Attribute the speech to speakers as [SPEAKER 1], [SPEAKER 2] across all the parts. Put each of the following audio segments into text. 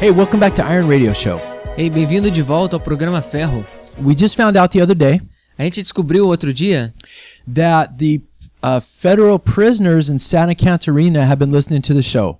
[SPEAKER 1] Hey, welcome back to Iron Radio Show.
[SPEAKER 2] Ei, bem-vindo de volta ao programa Ferro.
[SPEAKER 1] We just found out the other day
[SPEAKER 2] A gente descobriu outro dia
[SPEAKER 1] that the uh, federal prisoners in Santa Catarina have been listening to the show.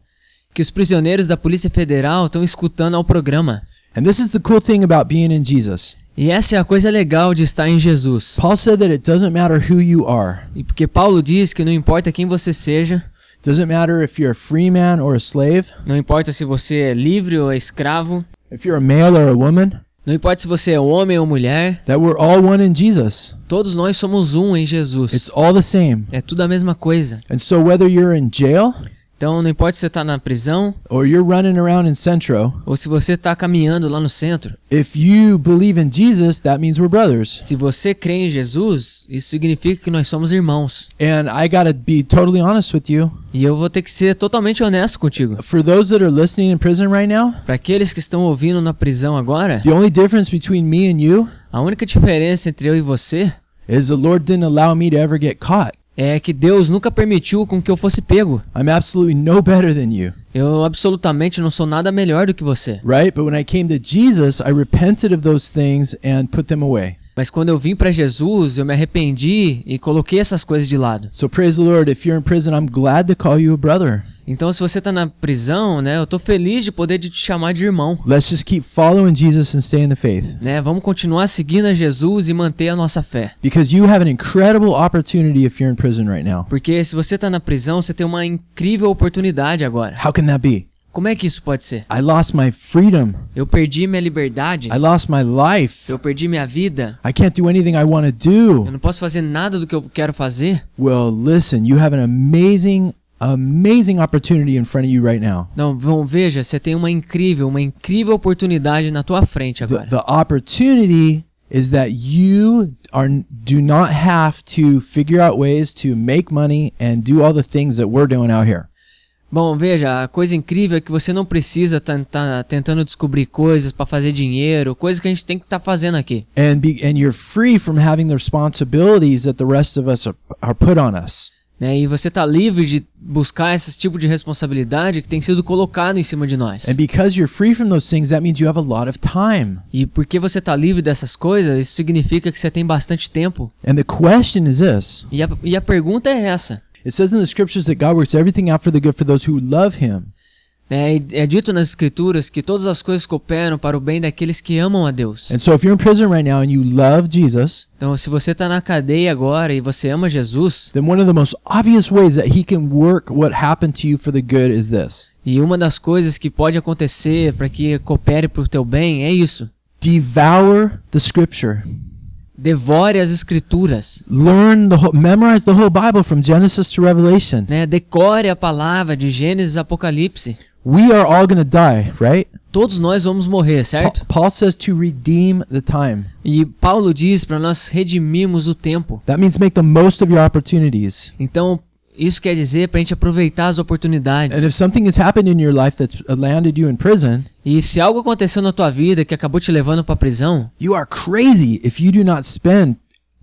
[SPEAKER 2] que os prisioneiros da Polícia Federal estão escutando ao programa.
[SPEAKER 1] And this is the cool thing about being in Jesus.
[SPEAKER 2] E essa é a coisa legal de estar em Jesus.
[SPEAKER 1] Paul said that it doesn't matter who you are.
[SPEAKER 2] E porque Paulo diz que não importa quem você seja,
[SPEAKER 1] Doesn't matter if you're a free man or a slave,
[SPEAKER 2] não importa se você é livre ou é escravo,
[SPEAKER 1] if you're a male or a woman,
[SPEAKER 2] não importa se você é homem ou mulher,
[SPEAKER 1] that we're all one in Jesus.
[SPEAKER 2] todos nós somos um em Jesus.
[SPEAKER 1] It's all the same.
[SPEAKER 2] É tudo a mesma coisa.
[SPEAKER 1] And so whether you're in jail
[SPEAKER 2] Então, não importa se você está na prisão
[SPEAKER 1] or you're running around in Centro,
[SPEAKER 2] ou se você está caminhando lá no centro,
[SPEAKER 1] if you believe in Jesus, that means we're brothers.
[SPEAKER 2] se você crê em Jesus, isso significa que nós somos irmãos.
[SPEAKER 1] And I got to be totally honest with you.
[SPEAKER 2] E eu vou ter que ser totalmente honesto contigo.
[SPEAKER 1] For those that are listening in prison right now,
[SPEAKER 2] Para aqueles que estão ouvindo na prisão agora,
[SPEAKER 1] the only difference between me and you
[SPEAKER 2] a única diferença entre eu e você
[SPEAKER 1] is the Lord didn't allow me to ever get caught.
[SPEAKER 2] é que Deus nunca permitiu com que eu fosse pego.
[SPEAKER 1] I'm absolutely no better than you,
[SPEAKER 2] Eu absolutamente não sou nada melhor do que você.
[SPEAKER 1] right? But when I came to Jesus, I repented of those things and put them away.
[SPEAKER 2] Mas quando eu vim para Jesus, eu me arrependi e coloquei essas coisas de lado.
[SPEAKER 1] So praise the Lord. If you're in prison, I'm glad to call you a brother.
[SPEAKER 2] Então, se você tá na prisão, né, eu tô feliz de poder de te chamar de irmão,
[SPEAKER 1] Let's just keep following Jesus and stay in the faith
[SPEAKER 2] né? Vamos continuar seguindo a Jesus e manter a nossa fé.
[SPEAKER 1] because you have an incredible opportunity if you're in prison right now.
[SPEAKER 2] Porque se você tá na prisão, você tem uma incrível oportunidade agora.
[SPEAKER 1] How can that be?
[SPEAKER 2] Como é que isso pode ser?
[SPEAKER 1] I lost my freedom.
[SPEAKER 2] Eu perdi minha liberdade?
[SPEAKER 1] I lost my life.
[SPEAKER 2] Eu perdi minha vida?
[SPEAKER 1] I can't do anything I want to do.
[SPEAKER 2] Eu não posso fazer nada do que eu quero fazer?
[SPEAKER 1] Well, listen, you have an amazing, amazing opportunity in front of you right now.
[SPEAKER 2] Não, vão, veja, você tem uma incrível, uma incrível oportunidade na tua frente
[SPEAKER 1] The,
[SPEAKER 2] agora.
[SPEAKER 1] the opportunity is that you are do not have to figure out ways to make money and do all the things that we're doing out here.
[SPEAKER 2] Bom, veja, a coisa incrível é que você não precisa tentar tentando descobrir coisas para fazer dinheiro, coisas que a gente tem que estar fazendo aqui.
[SPEAKER 1] And be, and you're free from having the responsibilities that the rest of us are, are put on us.
[SPEAKER 2] Né? E você tá livre de buscar esse tipo de responsabilidade que tem sido colocado em cima de nós.
[SPEAKER 1] And because you're free from those things, that means you have a lot of time.
[SPEAKER 2] E porque você tá livre dessas coisas, isso significa que você tem bastante tempo.
[SPEAKER 1] And the question is this:
[SPEAKER 2] E a, e a pergunta é essa.
[SPEAKER 1] It says in the scriptures that God works everything out for the good for those who love Him.
[SPEAKER 2] né? E É dito nas escrituras que todas as coisas cooperam para o bem daqueles que amam a Deus.
[SPEAKER 1] And so if you're in prison right now and you love Jesus,
[SPEAKER 2] Então, se você está na cadeia agora e você ama Jesus,
[SPEAKER 1] then one of the most obvious ways that he can work what happened to you for the good is this.
[SPEAKER 2] e uma das coisas que pode acontecer para que coopere para o teu bem é isso:
[SPEAKER 1] Devour the scripture.
[SPEAKER 2] devore as escrituras,
[SPEAKER 1] Learn the whole, memorize the whole Bible from Genesis to Revelation.
[SPEAKER 2] né? Decore a palavra de Gênesis a Apocalipse.
[SPEAKER 1] We are all going to die, right?
[SPEAKER 2] Todos nós vamos morrer,
[SPEAKER 1] Pa-
[SPEAKER 2] certo?
[SPEAKER 1] Paul says to redeem the time.
[SPEAKER 2] E Paulo diz para nós redimirmos o tempo.
[SPEAKER 1] That means make the most of your opportunities.
[SPEAKER 2] Então, isso quer dizer para a gente aproveitar as
[SPEAKER 1] And if
[SPEAKER 2] oportunidades.
[SPEAKER 1] something has happened in your life that's uh, landed you in prison,
[SPEAKER 2] E se algo aconteceu na tua vida que acabou te levando para a prisão,
[SPEAKER 1] you are crazy if you do not spend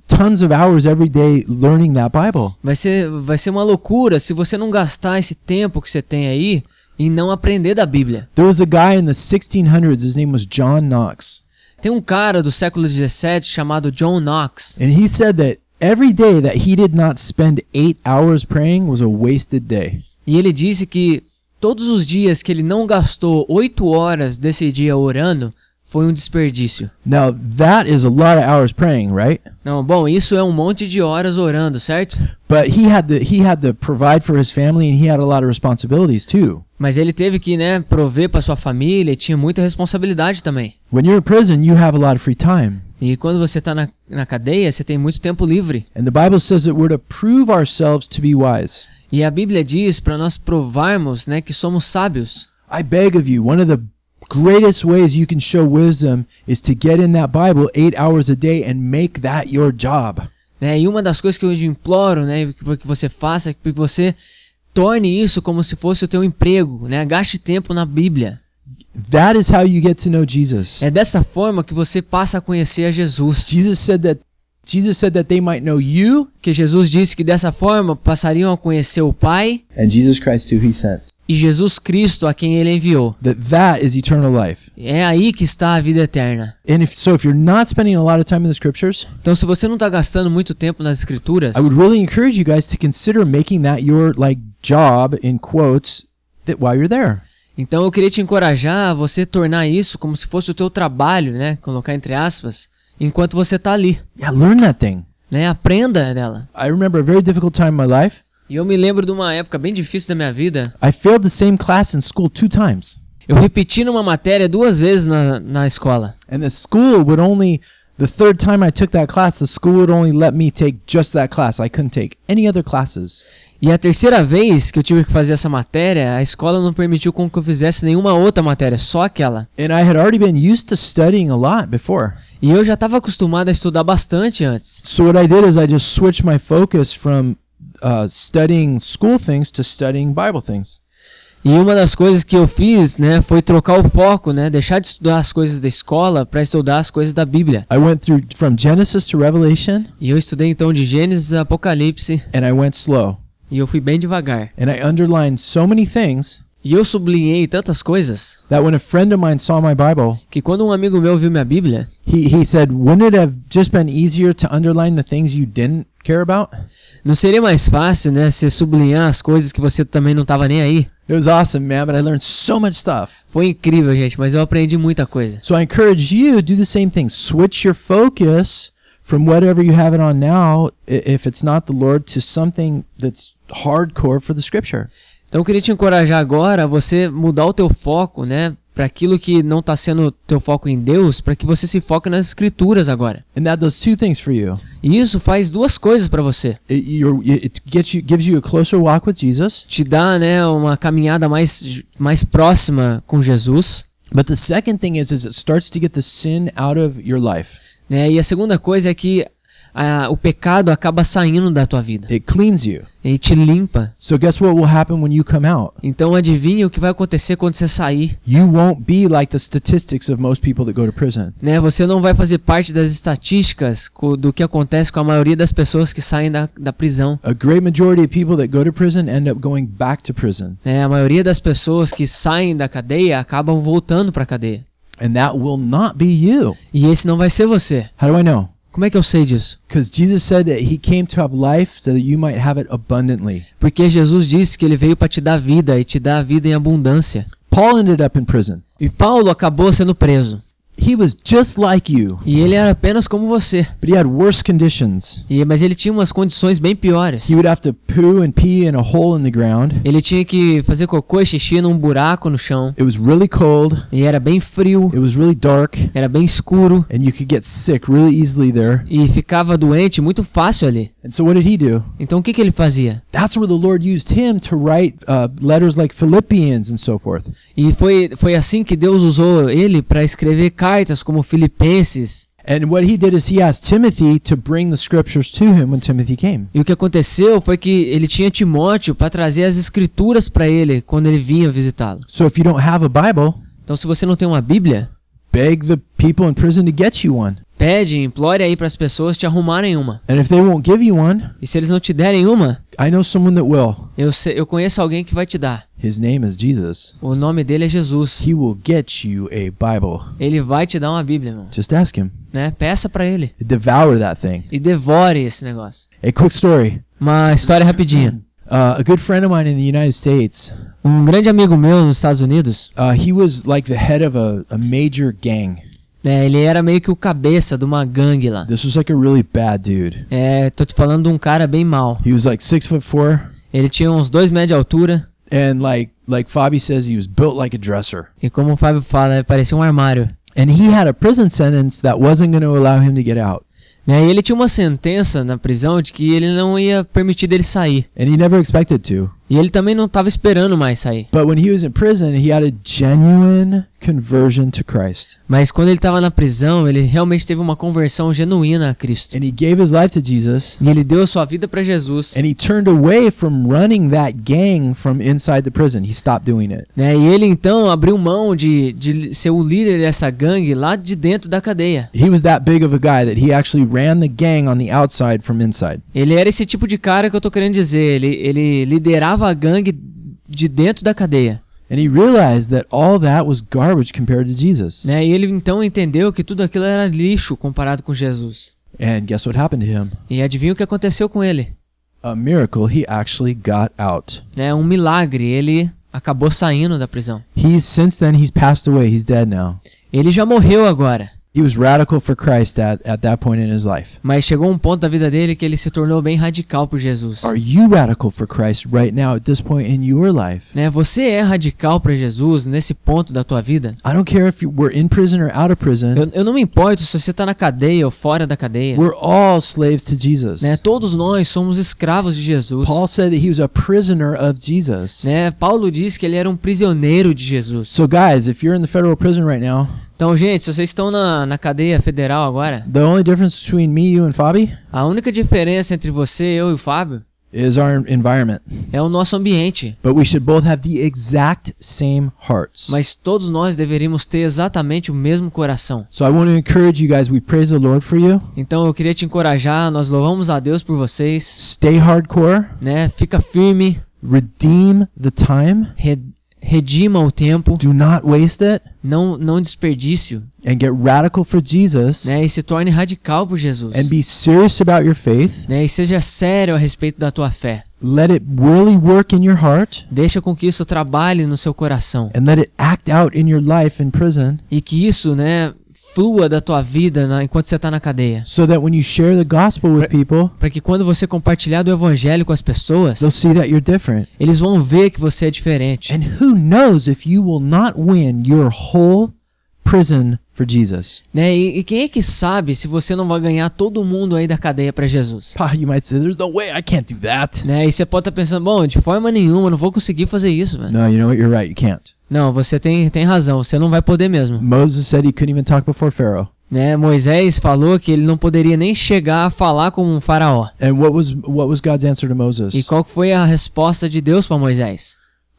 [SPEAKER 1] tons of hours every day learning that Bible.
[SPEAKER 2] Vai ser, vai ser uma loucura se você não gastar esse tempo que você tem aí e não aprender da Bíblia.
[SPEAKER 1] There was a guy in the 1600s. His name was John Knox.
[SPEAKER 2] Tem um cara do século 17 chamado John Knox.
[SPEAKER 1] And he said that every day that he did not spend eight hours praying was a wasted day.
[SPEAKER 2] E ele disse que todos os dias que ele não gastou oito horas desse dia orando foi um desperdício.
[SPEAKER 1] Now, that is a lot of hours praying, right?
[SPEAKER 2] Não, bom, isso é um monte de horas orando, certo?
[SPEAKER 1] But he had to, he had to provide for his family and he had a lot of responsibilities too.
[SPEAKER 2] Mas ele teve que, né, prover para sua família e tinha muita responsabilidade também.
[SPEAKER 1] When you're in prison, you have a lot of free time.
[SPEAKER 2] E quando você tá na, na cadeia, você tem muito tempo livre.
[SPEAKER 1] And the Bible says that we're to prove ourselves to be wise.
[SPEAKER 2] E a Bíblia diz para nós provarmos, né, que somos sábios.
[SPEAKER 1] I beg of you, one of the greatest ways you can show wisdom is to get in that Bible eight hours a day and make that your job.
[SPEAKER 2] Né? E uma das coisas que eu te imploro, né, para que você faça, é que você torne isso como se fosse o teu emprego, né? Gaste tempo na Bíblia.
[SPEAKER 1] That is how you get to know Jesus.
[SPEAKER 2] É dessa forma que você passa a conhecer a Jesus.
[SPEAKER 1] Jesus said that Jesus said that they might know you
[SPEAKER 2] Que Jesus disse que dessa forma passariam a conhecer o Pai
[SPEAKER 1] and Jesus Christ who he sent.
[SPEAKER 2] e Jesus Cristo a quem ele enviou.
[SPEAKER 1] that that is eternal life.
[SPEAKER 2] É aí que está a vida eterna.
[SPEAKER 1] And if so, if you're not spending a lot of time in the scriptures,
[SPEAKER 2] Então, se você não está gastando muito tempo nas escrituras,
[SPEAKER 1] I would really encourage you guys to consider making that your like job in quotes that while you're there.
[SPEAKER 2] então eu queria te encorajar a você tornar isso como se fosse o teu trabalho, né? Colocar entre aspas, enquanto você está ali,
[SPEAKER 1] Yeah, learn that thing.
[SPEAKER 2] né? Aprenda dela.
[SPEAKER 1] I remember a very difficult time in my life.
[SPEAKER 2] E eu me lembro de uma época bem difícil da minha vida.
[SPEAKER 1] I failed the same class in school two times.
[SPEAKER 2] Eu repeti numa matéria duas vezes na, na escola.
[SPEAKER 1] And the school would only the third time I took that class, the school would only let me take just that class. I couldn't take any other classes.
[SPEAKER 2] E a terceira vez que eu tive que fazer essa matéria, a escola não permitiu com que eu fizesse nenhuma outra matéria, só aquela.
[SPEAKER 1] And I had already been used to studying a lot before.
[SPEAKER 2] E eu já estava acostumado a estudar bastante antes.
[SPEAKER 1] So what I did is I just switched my focus from uh, studying school things to studying Bible things.
[SPEAKER 2] E uma das coisas que eu fiz, né, foi trocar o foco, né, deixar de estudar as coisas da escola para estudar as coisas da Bíblia.
[SPEAKER 1] I went through from Genesis to Revelation
[SPEAKER 2] E eu estudei então de Gênesis a Apocalipse,
[SPEAKER 1] and I went slow.
[SPEAKER 2] e eu fui bem devagar.
[SPEAKER 1] And I underlined so many things
[SPEAKER 2] E eu sublinhei tantas coisas
[SPEAKER 1] that when a friend of mine saw my Bible,
[SPEAKER 2] que quando um amigo meu viu minha Bíblia,
[SPEAKER 1] he, he said, Wouldn't it have just been easier to underline the things you didn't care about?
[SPEAKER 2] não seria mais fácil, né, se sublinhar as coisas que você também não estava nem aí?
[SPEAKER 1] It was awesome, man, but I learned so much stuff.
[SPEAKER 2] Foi incrível, gente, mas eu aprendi muita coisa.
[SPEAKER 1] So I encourage you do the same thing. Switch your focus from whatever you have it on now, i- if it's not the Lord, to something that's hardcore for the scripture.
[SPEAKER 2] Então eu queria te encorajar agora a você mudar o teu foco, né, para aquilo que não tá sendo teu foco em Deus, para que você se foque nas escrituras agora.
[SPEAKER 1] And that does two things for you.
[SPEAKER 2] E isso faz duas coisas para você.
[SPEAKER 1] It, you're, it gets you, gives you a closer walk with Jesus.
[SPEAKER 2] Te dá, né, uma caminhada mais mais próxima com Jesus,
[SPEAKER 1] But the second thing is, is it starts to get the sin out of your life.
[SPEAKER 2] né? E a segunda coisa é que ah, o pecado acaba saindo da tua vida.
[SPEAKER 1] It cleans you.
[SPEAKER 2] Ele te limpa.
[SPEAKER 1] So guess what will happen when you come out?
[SPEAKER 2] Então adivinha o que vai acontecer quando você sair,
[SPEAKER 1] You won't be like the statistics of most people that go to prison.
[SPEAKER 2] né? Você não vai fazer parte das estatísticas co- do que acontece com a maioria das pessoas que saem da, da prisão.
[SPEAKER 1] A great majority of people that go to prison end up going back to prison,
[SPEAKER 2] né, a maioria das pessoas que saem da cadeia acabam voltando pra cadeia.
[SPEAKER 1] and that will not be you.
[SPEAKER 2] E esse não vai ser você.
[SPEAKER 1] How do I know?
[SPEAKER 2] Como é que eu sei disso?
[SPEAKER 1] Because Jesus said that he came to have life so that you might have it abundantly.
[SPEAKER 2] Porque Jesus disse que ele veio pra te dar vida e te dar a vida em abundância.
[SPEAKER 1] Paul ended up in prison.
[SPEAKER 2] E Paulo acabou sendo preso.
[SPEAKER 1] He was just like you,
[SPEAKER 2] E ele era apenas como você.
[SPEAKER 1] but he had worse conditions.
[SPEAKER 2] E, mas ele tinha umas condições bem piores.
[SPEAKER 1] He would have to poo and pee in a hole in the ground.
[SPEAKER 2] Ele tinha que fazer cocô e xixi num buraco no chão.
[SPEAKER 1] It was really cold.
[SPEAKER 2] E era bem frio,
[SPEAKER 1] It was really dark,
[SPEAKER 2] era bem escuro.
[SPEAKER 1] and you could get sick really easily there.
[SPEAKER 2] E ficava doente muito fácil ali.
[SPEAKER 1] And so, what did he do?
[SPEAKER 2] Então o que, que ele fazia?
[SPEAKER 1] That's where the Lord used him to write uh, letters like Philippians and so forth.
[SPEAKER 2] E foi, foi assim que Deus usou ele para escrever cartas como Filipenses.
[SPEAKER 1] And what he did is he asked Timothy to bring the scriptures to him when Timothy came.
[SPEAKER 2] E o que aconteceu foi que ele tinha Timóteo para trazer as escrituras para ele quando ele vinha visitá-lo.
[SPEAKER 1] So, if you don't have a Bible,
[SPEAKER 2] Então, se você não tem uma Bíblia,
[SPEAKER 1] beg the people in prison to get you one.
[SPEAKER 2] pede, implore aí para as pessoas te arrumarem uma.
[SPEAKER 1] And if they won't give you one,
[SPEAKER 2] E se eles não te derem uma,
[SPEAKER 1] I know someone that will.
[SPEAKER 2] eu, se- eu conheço alguém que vai te dar.
[SPEAKER 1] His name is Jesus.
[SPEAKER 2] O nome dele é Jesus.
[SPEAKER 1] He will get you a Bible.
[SPEAKER 2] Ele vai te dar uma Bíblia, irmão.
[SPEAKER 1] Just ask him.
[SPEAKER 2] Né? Peça para ele
[SPEAKER 1] Devour that thing.
[SPEAKER 2] e devore esse negócio.
[SPEAKER 1] A quick story.
[SPEAKER 2] Uma história rapidinha.
[SPEAKER 1] Uh, a good friend of mine in the United States,
[SPEAKER 2] Um grande amigo meu nos Estados Unidos,
[SPEAKER 1] Uh, he was like the head of a, a major gang.
[SPEAKER 2] É, ele era meio que o cabeça de uma gangue lá.
[SPEAKER 1] This was like a really bad dude.
[SPEAKER 2] É, tô te falando de um cara bem mal.
[SPEAKER 1] He was like six foot four,
[SPEAKER 2] Ele tinha uns dois metros de altura
[SPEAKER 1] and like like Fabi says, he was built like a dresser.
[SPEAKER 2] e, como o Fábio fala, ele parecia um armário.
[SPEAKER 1] And he had a prison sentence that wasn't going to allow him to get out.
[SPEAKER 2] Né? E ele tinha uma sentença na prisão de que ele não ia permitir dele sair.
[SPEAKER 1] And he never expected to.
[SPEAKER 2] E ele também não tava esperando mais sair.
[SPEAKER 1] But when he was in prison, he had a genuine conversion to Christ.
[SPEAKER 2] Mas quando ele tava na prisão, ele realmente teve uma conversão genuína a Cristo.
[SPEAKER 1] And he gave his life to Jesus.
[SPEAKER 2] E ele deu a sua vida para Jesus.
[SPEAKER 1] And he turned away from running that gang from inside the prison. He stopped doing it.
[SPEAKER 2] Né? E ele então abriu mão de, de ser o líder dessa gangue lá de dentro da cadeia.
[SPEAKER 1] He was that big of a guy that he actually ran the gang on the outside from inside.
[SPEAKER 2] Ele era esse tipo de cara que eu tô querendo dizer. Ele, ele liderava a gangue de dentro da cadeia.
[SPEAKER 1] And he realized that all that was garbage compared to Jesus.
[SPEAKER 2] Né? E ele então entendeu que tudo aquilo era lixo comparado com Jesus.
[SPEAKER 1] And guess what happened to him?
[SPEAKER 2] E adivinha o que aconteceu com ele?
[SPEAKER 1] A miracle, he actually got out.
[SPEAKER 2] Né? Um milagre, ele acabou saindo da prisão.
[SPEAKER 1] He's since then he's passed away, he's dead now.
[SPEAKER 2] Ele já morreu agora,
[SPEAKER 1] He was radical for Christ at, at that point in his life.
[SPEAKER 2] mas chegou um ponto da vida dele que ele se tornou bem radical por Jesus.
[SPEAKER 1] Are you radical for Christ right now at this point in your life?
[SPEAKER 2] Né? Você é radical para Jesus nesse ponto da tua vida?
[SPEAKER 1] I don't care if you were in prison or out of prison.
[SPEAKER 2] Eu, eu não me importo se você tá na cadeia ou fora da cadeia.
[SPEAKER 1] We're all slaves to Jesus.
[SPEAKER 2] Né? Todos nós somos escravos de Jesus.
[SPEAKER 1] Paul said that he was a prisoner of Jesus.
[SPEAKER 2] Né? Paulo diz que ele era um prisioneiro de Jesus.
[SPEAKER 1] So guys, if you're in the federal prison right now,
[SPEAKER 2] Então, gente, se vocês estão na, na cadeia federal agora,
[SPEAKER 1] the only difference between me, you and Fabi
[SPEAKER 2] a única diferença entre você, eu e o Fábio
[SPEAKER 1] is our environment.
[SPEAKER 2] é o nosso ambiente.
[SPEAKER 1] But we should both have the exact same hearts.
[SPEAKER 2] Mas todos nós deveríamos ter exatamente o mesmo coração.
[SPEAKER 1] So I want to encourage you guys. We praise the Lord for you.
[SPEAKER 2] Então eu queria te encorajar, nós louvamos a Deus por vocês,
[SPEAKER 1] Stay hardcore.
[SPEAKER 2] né? Fica firme,
[SPEAKER 1] Redeem the time.
[SPEAKER 2] re- redima o tempo,
[SPEAKER 1] Do not waste it.
[SPEAKER 2] não não desperdício,
[SPEAKER 1] And get radical for Jesus.
[SPEAKER 2] né? E se torne radical por Jesus.
[SPEAKER 1] And be serious about your faith.
[SPEAKER 2] Né? E seja sério a respeito da tua fé.
[SPEAKER 1] Let it really work in your heart.
[SPEAKER 2] Deixa com que isso trabalhe no seu coração
[SPEAKER 1] And let it act out in your life in prison.
[SPEAKER 2] e que isso, né, flua da tua vida na- enquanto você tá na cadeia.
[SPEAKER 1] So that when you share the gospel with people,
[SPEAKER 2] Para que quando você compartilhar do evangelho com as pessoas,
[SPEAKER 1] they'll see that you're different.
[SPEAKER 2] eles vão ver que você é diferente.
[SPEAKER 1] And who knows if you will not win your whole prison for Jesus?
[SPEAKER 2] Né? E, e quem é que sabe se você não vai ganhar todo mundo aí da cadeia para Jesus?
[SPEAKER 1] Pa, you might say, there's no way I can't do that.
[SPEAKER 2] Né? E você pode estar pensando, bom, de forma nenhuma, eu não vou conseguir fazer isso, velho.
[SPEAKER 1] No, you know what? You're right. You can't.
[SPEAKER 2] Não, você tem, tem razão, você não vai poder mesmo.
[SPEAKER 1] Moses said he couldn't even talk before Pharaoh.
[SPEAKER 2] Né? Moisés falou que ele não poderia nem chegar a falar com um faraó.
[SPEAKER 1] And what was what was God's answer to Moses?
[SPEAKER 2] E qual que foi a resposta de Deus para Moisés?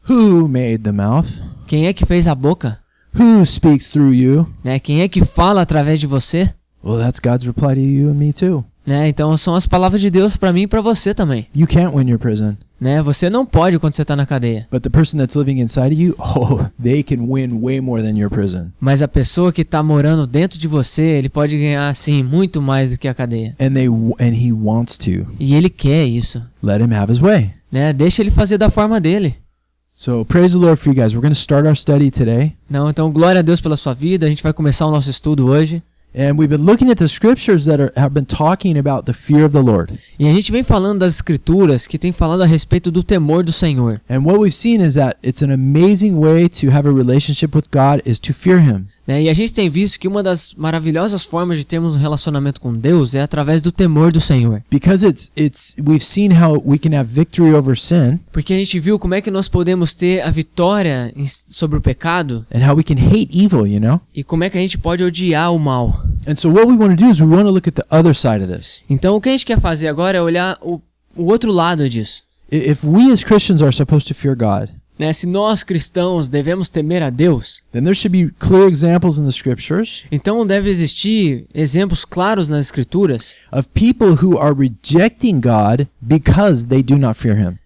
[SPEAKER 1] Who made the mouth?
[SPEAKER 2] Quem é que fez a boca?
[SPEAKER 1] Who speaks through you?
[SPEAKER 2] Né? Quem é que fala através de você?
[SPEAKER 1] Well, that's God's reply to you and me too.
[SPEAKER 2] Né? Então são as palavras de Deus para mim e para você também.
[SPEAKER 1] You can't win your prison,
[SPEAKER 2] Né? Você não pode quando você tá na cadeia.
[SPEAKER 1] but the person that's living inside of you, oh, they can win way more than your prison.
[SPEAKER 2] Mas a pessoa que tá morando dentro de você, ele pode ganhar, assim, muito mais do que a cadeia.
[SPEAKER 1] And they and he wants to.
[SPEAKER 2] E ele quer isso.
[SPEAKER 1] Let him have his way.
[SPEAKER 2] Né? Deixa ele fazer da forma dele.
[SPEAKER 1] So praise the Lord for you guys. We're going to start our study today,
[SPEAKER 2] Não, então glória a Deus pela sua vida. A gente vai começar o nosso estudo hoje.
[SPEAKER 1] and we've been looking at the scriptures that are, have been talking about the fear of the Lord.
[SPEAKER 2] E a gente vem falando das escrituras que tem falado a respeito do temor do Senhor.
[SPEAKER 1] And what we've seen is that it's an amazing way to have a relationship with God is to fear Him.
[SPEAKER 2] Né? E a gente tem visto que uma das maravilhosas formas de termos um relacionamento com Deus é através do temor do Senhor.
[SPEAKER 1] Because it's it's we've seen how we can have victory over sin
[SPEAKER 2] Porque a gente viu como é que nós podemos ter a vitória em- sobre o pecado
[SPEAKER 1] and how we can hate evil, you know?
[SPEAKER 2] e como é que a gente pode odiar o mal.
[SPEAKER 1] And so what we want to do is we want to look at the other side of this.
[SPEAKER 2] Então o que a gente quer fazer agora é olhar o, o outro lado disso.
[SPEAKER 1] I- If we as Christians are supposed to fear God,
[SPEAKER 2] Né? Se nós cristãos devemos temer a Deus,
[SPEAKER 1] then there should be clear examples in the scriptures
[SPEAKER 2] então deve existir exemplos claros nas escrituras
[SPEAKER 1] of people who are rejecting God because they do not fear him.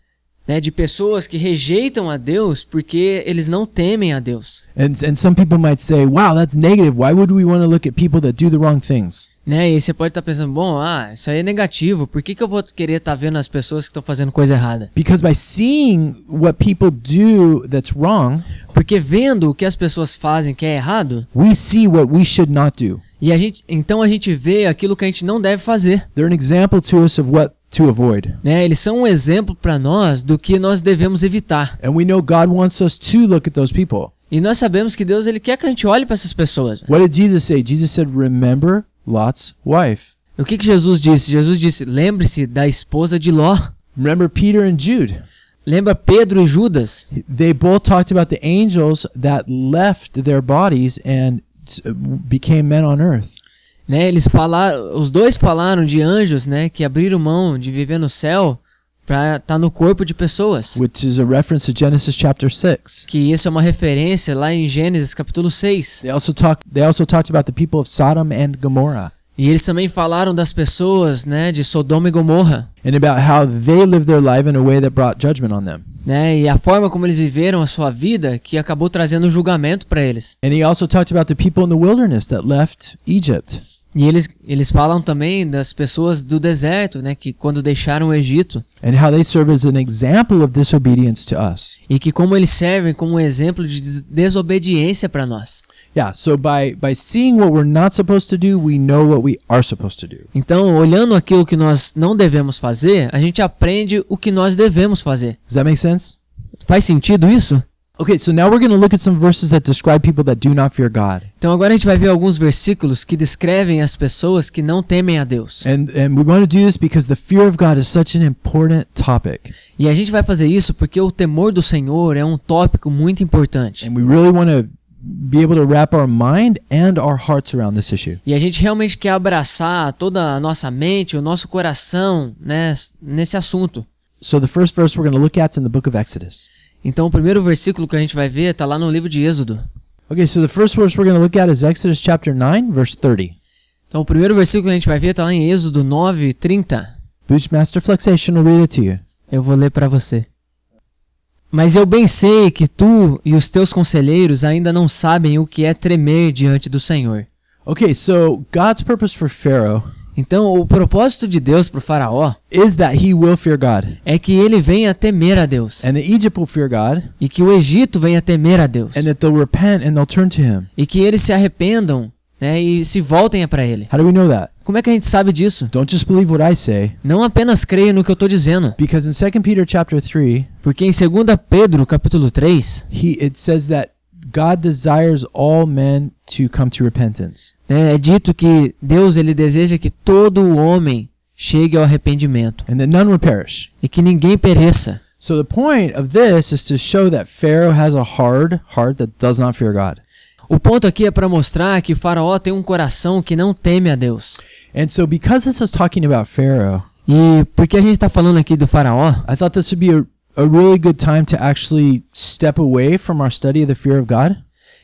[SPEAKER 2] né, de pessoas que rejeitam a Deus porque eles não temem a Deus.
[SPEAKER 1] And and some people might say, "Wow, that's negative. Why would we want to look at people that do the wrong things?"
[SPEAKER 2] Né? E aí você pode estar pensando, bom, ah, isso aí é negativo, por que, que eu vou querer estar vendo as pessoas que estão fazendo coisa errada?
[SPEAKER 1] Because by seeing what people do that's wrong,
[SPEAKER 2] Porque vendo o que as pessoas fazem que é errado,
[SPEAKER 1] we see what we should not do.
[SPEAKER 2] e a gente, então a gente vê aquilo que a gente não deve fazer.
[SPEAKER 1] They're an example to us of what to avoid.
[SPEAKER 2] Né? Eles são um exemplo para nós do que nós devemos evitar.
[SPEAKER 1] And we know God wants us to look at those people.
[SPEAKER 2] E nós sabemos que Deus ele quer que a gente olhe para essas pessoas.
[SPEAKER 1] What did Jesus say? Jesus said, Remember Lot's wife.
[SPEAKER 2] O que, que Jesus disse? Jesus disse: lembre-se da esposa de Ló.
[SPEAKER 1] Remember Peter and Jude.
[SPEAKER 2] Lembra Pedro e Judas?
[SPEAKER 1] They both talked about the angels that left their bodies and uh, became men on earth.
[SPEAKER 2] né, eles falaram, os dois falaram de anjos, né, que abriram mão de viver no céu para estar no corpo de pessoas.
[SPEAKER 1] Which is a reference to Genesis chapter 6.
[SPEAKER 2] Que isso é uma referência lá em Gênesis capítulo 6.
[SPEAKER 1] They also talked they also talked about the people of Sodom and Gomorrah
[SPEAKER 2] E eles também falaram das pessoas, né, de Sodoma e Gomorra,
[SPEAKER 1] and about how they lived their life in a way that brought judgment on them.
[SPEAKER 2] né? E a forma como eles viveram a sua vida que acabou trazendo julgamento para eles.
[SPEAKER 1] And he also talked about the people in the wilderness that left Egypt.
[SPEAKER 2] E eles, eles falam também das pessoas do deserto, né, que quando deixaram o Egito
[SPEAKER 1] and how they serve as an example of disobedience to us.
[SPEAKER 2] e que como eles servem como um exemplo de des- desobediência para nós.
[SPEAKER 1] Yeah, so by by seeing what we're not supposed to do, we know what we are supposed to do.
[SPEAKER 2] Então, olhando aquilo que nós não devemos fazer, a gente aprende o que nós devemos fazer.
[SPEAKER 1] Does that make sense?
[SPEAKER 2] Faz sentido isso?
[SPEAKER 1] Okay, so now we're going to look at some verses that describe people that do not fear God.
[SPEAKER 2] Então agora a gente vai ver alguns versículos que descrevem as pessoas que não temem a Deus.
[SPEAKER 1] And and we want to do this because the fear of God is such an important topic.
[SPEAKER 2] E a gente vai fazer isso porque o temor do Senhor é um tópico muito importante.
[SPEAKER 1] And we really want to be able to wrap our mind and our hearts around this issue.
[SPEAKER 2] E a gente realmente quer abraçar toda a nossa mente, o nosso coração, né, s- nesse assunto.
[SPEAKER 1] So the first verse we're going to look at is in the book of Exodus.
[SPEAKER 2] Então o primeiro versículo que a gente vai ver está lá no livro de Êxodo.
[SPEAKER 1] Okay, so the first verse we're going to look at is Exodus chapter 9 verse 30.
[SPEAKER 2] Então o primeiro versículo que a gente vai ver está lá em Êxodo 9, 30.
[SPEAKER 1] Bootmaster Flexation will read it to you.
[SPEAKER 2] Eu vou ler para você. Mas eu bem sei que tu e os teus conselheiros ainda não sabem o que é tremer diante do Senhor.
[SPEAKER 1] Okay, so God's purpose for Pharaoh
[SPEAKER 2] Então, o propósito de Deus para o faraó
[SPEAKER 1] is that he will fear God,
[SPEAKER 2] é que ele venha a temer a Deus
[SPEAKER 1] and that Egypt will fear God,
[SPEAKER 2] e que o Egito venha a temer a Deus
[SPEAKER 1] and that they'll repent and they'll turn to him.
[SPEAKER 2] e que eles se arrependam né, e se voltem para ele.
[SPEAKER 1] How do we know that?
[SPEAKER 2] Como é que a gente sabe disso?
[SPEAKER 1] Don't just believe what I say,
[SPEAKER 2] Não apenas creia no que eu estou dizendo,
[SPEAKER 1] because in 2 Peter chapter 3,
[SPEAKER 2] porque em 2 Pedro, capítulo 3,
[SPEAKER 1] he it says that God desires all men to come to repentance.
[SPEAKER 2] né, é dito que Deus ele deseja que todo o homem chegue ao arrependimento
[SPEAKER 1] and that none would perish.
[SPEAKER 2] e que ninguém pereça.
[SPEAKER 1] So the point of this is to show that Pharaoh has a hard heart that does not fear God.
[SPEAKER 2] O ponto aqui é para mostrar que o faraó tem um coração que não teme a Deus.
[SPEAKER 1] And so because this is talking about Pharaoh,
[SPEAKER 2] E porque a gente está falando aqui do faraó,
[SPEAKER 1] I thought this would be a, a really good time to actually step away from our study of the fear of God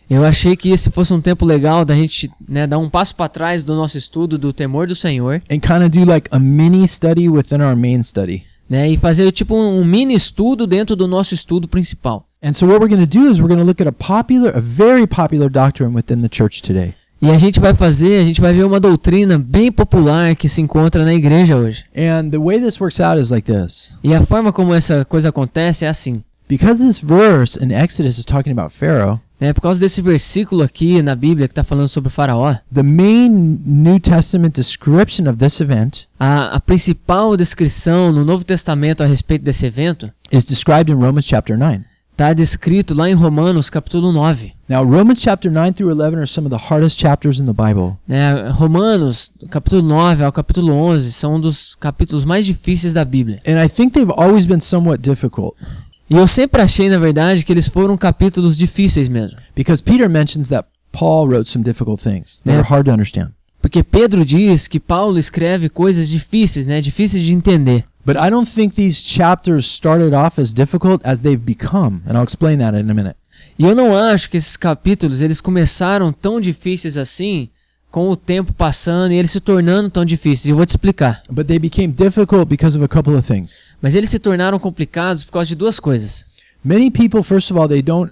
[SPEAKER 2] Eu achei que esse fosse um tempo legal da gente né, dar um passo para trás do nosso estudo do temor do Senhor,
[SPEAKER 1] and kind of do like a mini study within our main study.
[SPEAKER 2] né, e fazer tipo um, um mini estudo dentro do nosso estudo principal.
[SPEAKER 1] And so what we're going to do is we're going to look at a popular, a very popular doctrine within the church today.
[SPEAKER 2] E a gente vai fazer, a gente vai ver uma doutrina bem popular que se encontra na igreja hoje.
[SPEAKER 1] And the way this works out is like this.
[SPEAKER 2] E a forma como essa coisa acontece é assim,
[SPEAKER 1] Because this verse in Exodus is talking about Pharaoh,
[SPEAKER 2] né, por causa desse versículo aqui na Bíblia que está falando sobre o faraó.
[SPEAKER 1] The main New Testament description of this event
[SPEAKER 2] A, a principal descrição no Novo Testamento a respeito desse evento
[SPEAKER 1] is described in Romans chapter 9.
[SPEAKER 2] está descrito lá em Romanos capítulo 9.
[SPEAKER 1] Now, Romans chapter 9 through 11 are some of the hardest chapters in the Bible.
[SPEAKER 2] né, Romanos, do capítulo 9 ao capítulo 11, são um dos capítulos mais difíceis da Bíblia.
[SPEAKER 1] And I think they've always been somewhat difficult
[SPEAKER 2] E eu sempre achei, na verdade, que eles foram capítulos difíceis mesmo.
[SPEAKER 1] because Peter mentions that Paul wrote some difficult things that
[SPEAKER 2] Yeah.
[SPEAKER 1] are hard to understand.
[SPEAKER 2] Porque Pedro diz que Paulo escreve coisas difíceis, né, difíceis de entender.
[SPEAKER 1] But I don't think these chapters started off as difficult as they've become. And I'll explain that in a minute.
[SPEAKER 2] E eu não acho que esses capítulos eles começaram tão difíceis assim com o tempo passando e eles se tornando tão difíceis. E Eu vou te explicar.
[SPEAKER 1] But they became difficult because of a couple of things.
[SPEAKER 2] Mas eles se tornaram complicados por causa de duas coisas.
[SPEAKER 1] Many people, first of all, they don't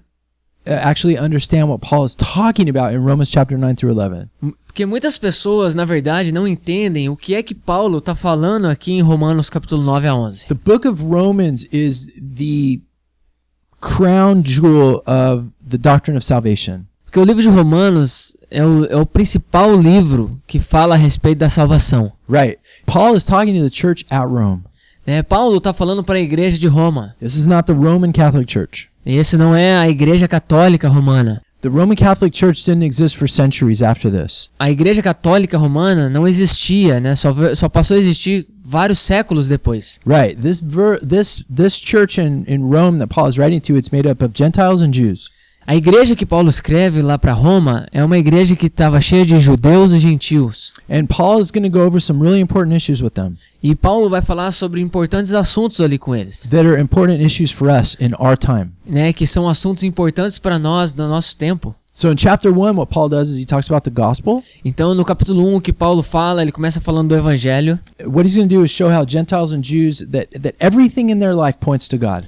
[SPEAKER 1] uh, actually understand what Paul is talking about in Romans chapter 9 through 11.
[SPEAKER 2] Porque muitas pessoas, na verdade, não entendem o que é que Paulo está falando aqui em Romanos capítulo 9 a 11.
[SPEAKER 1] The book of Romans is the crown jewel of the doctrine of salvation.
[SPEAKER 2] Porque o livro de Romanos é o, é o principal livro que fala a respeito da salvação.
[SPEAKER 1] Right. Paul is talking to the church at Rome.
[SPEAKER 2] né? Paulo está falando para a igreja de Roma.
[SPEAKER 1] This is not the Roman Catholic Church.
[SPEAKER 2] E esse não é a igreja católica romana.
[SPEAKER 1] The Roman Catholic Church didn't exist for centuries after this.
[SPEAKER 2] A igreja católica romana não existia, né? só, ve- só passou a existir vários séculos depois.
[SPEAKER 1] Right. This ver- this this church in, in Rome that Paul is writing to, it's made up of Gentiles and Jews.
[SPEAKER 2] A igreja que Paulo escreve lá para Roma é uma igreja que estava cheia de judeus e gentios.
[SPEAKER 1] And Paul is going to go over some really important issues with them
[SPEAKER 2] E Paulo vai falar sobre importantes assuntos ali com eles,
[SPEAKER 1] that are important issues for us in our time.
[SPEAKER 2] né? Que são assuntos importantes para nós no nosso tempo.
[SPEAKER 1] So in chapter 1 what Paul does is he talks about the gospel
[SPEAKER 2] Então, no capítulo 1, o que Paulo fala, ele começa falando do evangelho,
[SPEAKER 1] what he's going to do is show how Gentiles and Jews that that everything in their life points to God.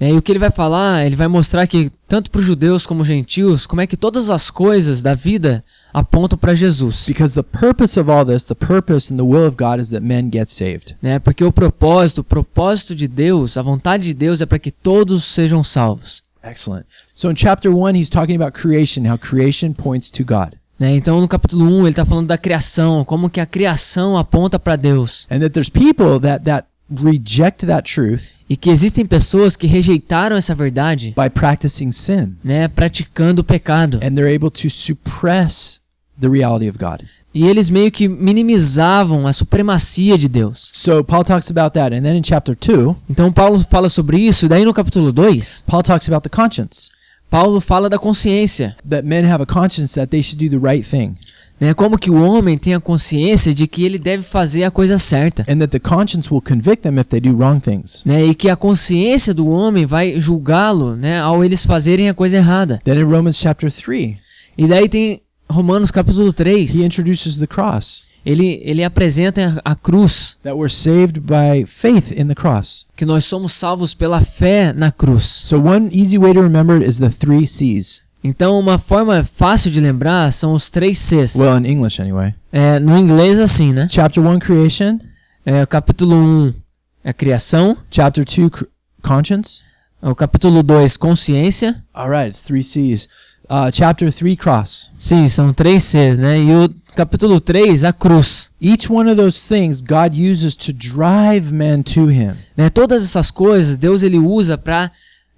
[SPEAKER 2] né? E o que ele vai falar, ele vai mostrar que tanto para os judeus como os gentios, como é que todas as coisas da vida apontam para Jesus,
[SPEAKER 1] Because the purpose of all this, the purpose and the will of God is that men get saved.
[SPEAKER 2] né? Porque o propósito, o propósito de Deus, a vontade de Deus é para que todos sejam salvos,
[SPEAKER 1] Excellent. So in chapter 1, he's talking about creation, how creation points to God,
[SPEAKER 2] né? Então no capítulo 1 ele tá falando da criação, como que a criação aponta para Deus,
[SPEAKER 1] and that there's people that that reject that truth
[SPEAKER 2] e que existem pessoas que rejeitaram essa verdade,
[SPEAKER 1] by practicing sin,
[SPEAKER 2] né, praticando o pecado.
[SPEAKER 1] and they're able to suppress the reality of God.
[SPEAKER 2] E eles meio que minimizavam a supremacia de Deus.
[SPEAKER 1] So Paul talks about that, and then in chapter 2,
[SPEAKER 2] Então Paulo fala sobre isso, e daí no capítulo 2,
[SPEAKER 1] Paul talks about the conscience,
[SPEAKER 2] Paulo fala da consciência,
[SPEAKER 1] that men have a conscience that they should do the right thing,
[SPEAKER 2] né? Como que o homem tem a consciência de que ele deve fazer a coisa certa,
[SPEAKER 1] and that the conscience will convict them if they do wrong things.
[SPEAKER 2] né? E que a consciência do homem vai julgá-lo, né, ao eles fazerem a coisa errada.
[SPEAKER 1] Then in Romans chapter 3,
[SPEAKER 2] E daí tem Romanos capítulo
[SPEAKER 1] he
[SPEAKER 2] 3,
[SPEAKER 1] introduces the cross,
[SPEAKER 2] ele ele apresenta a, a cruz,
[SPEAKER 1] that we're saved by faith in the cross.
[SPEAKER 2] que nós somos salvos pela fé na cruz.
[SPEAKER 1] So one easy way to remember it is the three C's.
[SPEAKER 2] Então uma forma fácil de lembrar são os três Cs.
[SPEAKER 1] Well, in English anyway.
[SPEAKER 2] É, no inglês assim, né?
[SPEAKER 1] Chapter 1, creation.
[SPEAKER 2] É, o capítulo 1 é criação,
[SPEAKER 1] Chapter 2, cr- conscience.
[SPEAKER 2] o capítulo 2 consciência.
[SPEAKER 1] All right, it's three C's. Uh, chapter 3, cross.
[SPEAKER 2] Sim, são três Cs, né? E o capítulo 3, a cruz.
[SPEAKER 1] Each one of those things God uses to drive men to Him.
[SPEAKER 2] Né? Todas essas coisas Deus ele usa para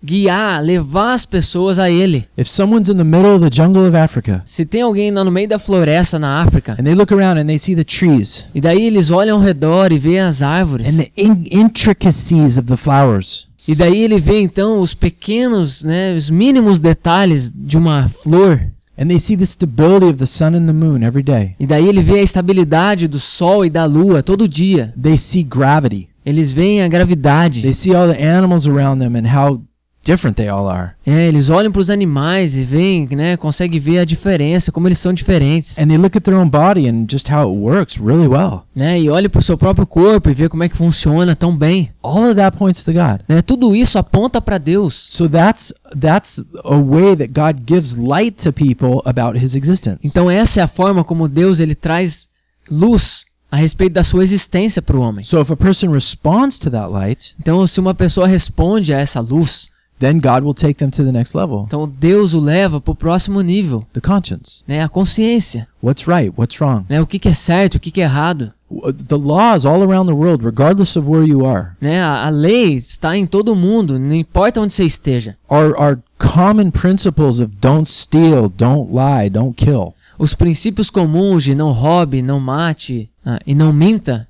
[SPEAKER 2] guiar, levar as pessoas a ele.
[SPEAKER 1] If someone's in the middle of the jungle of Africa
[SPEAKER 2] Se tem alguém lá no meio da floresta na África,
[SPEAKER 1] and they look around and they see the trees
[SPEAKER 2] e daí eles olham ao redor e veem as árvores,
[SPEAKER 1] and the in- intricacies of the flowers,
[SPEAKER 2] e daí ele vê então os pequenos, né, os mínimos detalhes de uma flor,
[SPEAKER 1] and they see the stability of the sun and the moon every day,
[SPEAKER 2] e daí ele vê a estabilidade do sol e da lua todo dia.
[SPEAKER 1] they see gravity.
[SPEAKER 2] Eles veem a gravidade.
[SPEAKER 1] They see all the animals around them and how different they all are.
[SPEAKER 2] É, eles olham para os animais e veem, né? Conseguem ver a diferença, como eles são diferentes.
[SPEAKER 1] And they look at their own body and just how it works really well.
[SPEAKER 2] Né? E olha para o seu próprio corpo e vê como é que funciona tão bem.
[SPEAKER 1] All of that points to God.
[SPEAKER 2] Né? Tudo isso aponta para Deus.
[SPEAKER 1] So that's that's a way that God gives light to people about his existence.
[SPEAKER 2] Então essa é a forma como Deus ele traz luz a respeito da sua existência para o homem.
[SPEAKER 1] So if a person responds to that light,
[SPEAKER 2] Então se uma pessoa responde a essa luz,
[SPEAKER 1] then God will take them to the next level,
[SPEAKER 2] então Deus o leva para o próximo nível,
[SPEAKER 1] the conscience.
[SPEAKER 2] né? A consciência,
[SPEAKER 1] What's right, what's wrong.
[SPEAKER 2] né? O que, que é certo, o que, que é errado,
[SPEAKER 1] W- The laws all around the world, regardless of where you are,
[SPEAKER 2] né? A, a lei está em todo mundo, não importa onde você esteja.
[SPEAKER 1] are are common principles of don't steal, don't lie, don't kill.
[SPEAKER 2] Os princípios comuns de não roube, não mate ah, e não minta.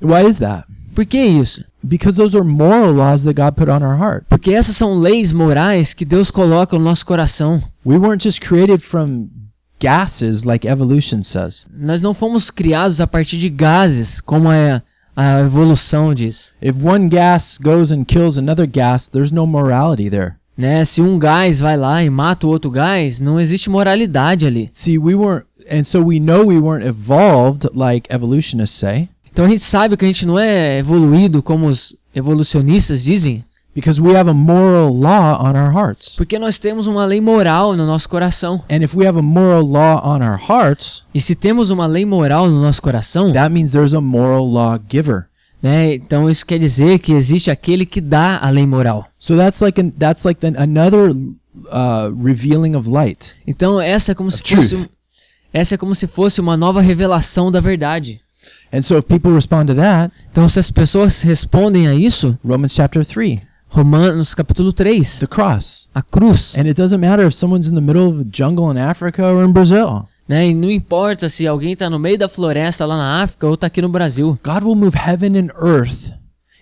[SPEAKER 1] Why is that?
[SPEAKER 2] Por que isso?
[SPEAKER 1] Because those are moral laws that God put on our heart.
[SPEAKER 2] Porque essas são leis morais que Deus coloca no nosso coração.
[SPEAKER 1] We weren't just created from gases like evolution says.
[SPEAKER 2] Nós não fomos criados a partir de gases, como é a evolução diz.
[SPEAKER 1] If one gas goes and kills another gas, there's no morality there.
[SPEAKER 2] Né? Se um gás vai lá e mata o outro gás, não existe moralidade ali.
[SPEAKER 1] See, we weren't, and so we know we weren't evolved like evolutionists say,
[SPEAKER 2] Então a gente sabe que a gente não é evoluído como os evolucionistas dizem,
[SPEAKER 1] because we have a moral law on our hearts.
[SPEAKER 2] porque nós temos uma lei moral no nosso coração.
[SPEAKER 1] And if we have a moral law on our hearts,
[SPEAKER 2] E se temos uma lei moral no nosso coração,
[SPEAKER 1] that means there's a moral law giver.
[SPEAKER 2] né? Então isso quer dizer que existe aquele que dá a lei moral.
[SPEAKER 1] So that's like an, that's like an, another uh, revealing of light.
[SPEAKER 2] Então essa é como se
[SPEAKER 1] truth.
[SPEAKER 2] fosse essa é como se fosse uma nova revelação da verdade.
[SPEAKER 1] And so if people respond to that,
[SPEAKER 2] Então se as pessoas respondem a isso,
[SPEAKER 1] Romans chapter 3,
[SPEAKER 2] Romanos capítulo 3,
[SPEAKER 1] the cross.
[SPEAKER 2] a cruz,
[SPEAKER 1] And it doesn't matter if someone's in the middle of a jungle in Africa or in Brazil.
[SPEAKER 2] né? E não importa se alguém tá no meio da floresta lá na África ou tá aqui no Brasil.
[SPEAKER 1] God will move heaven and earth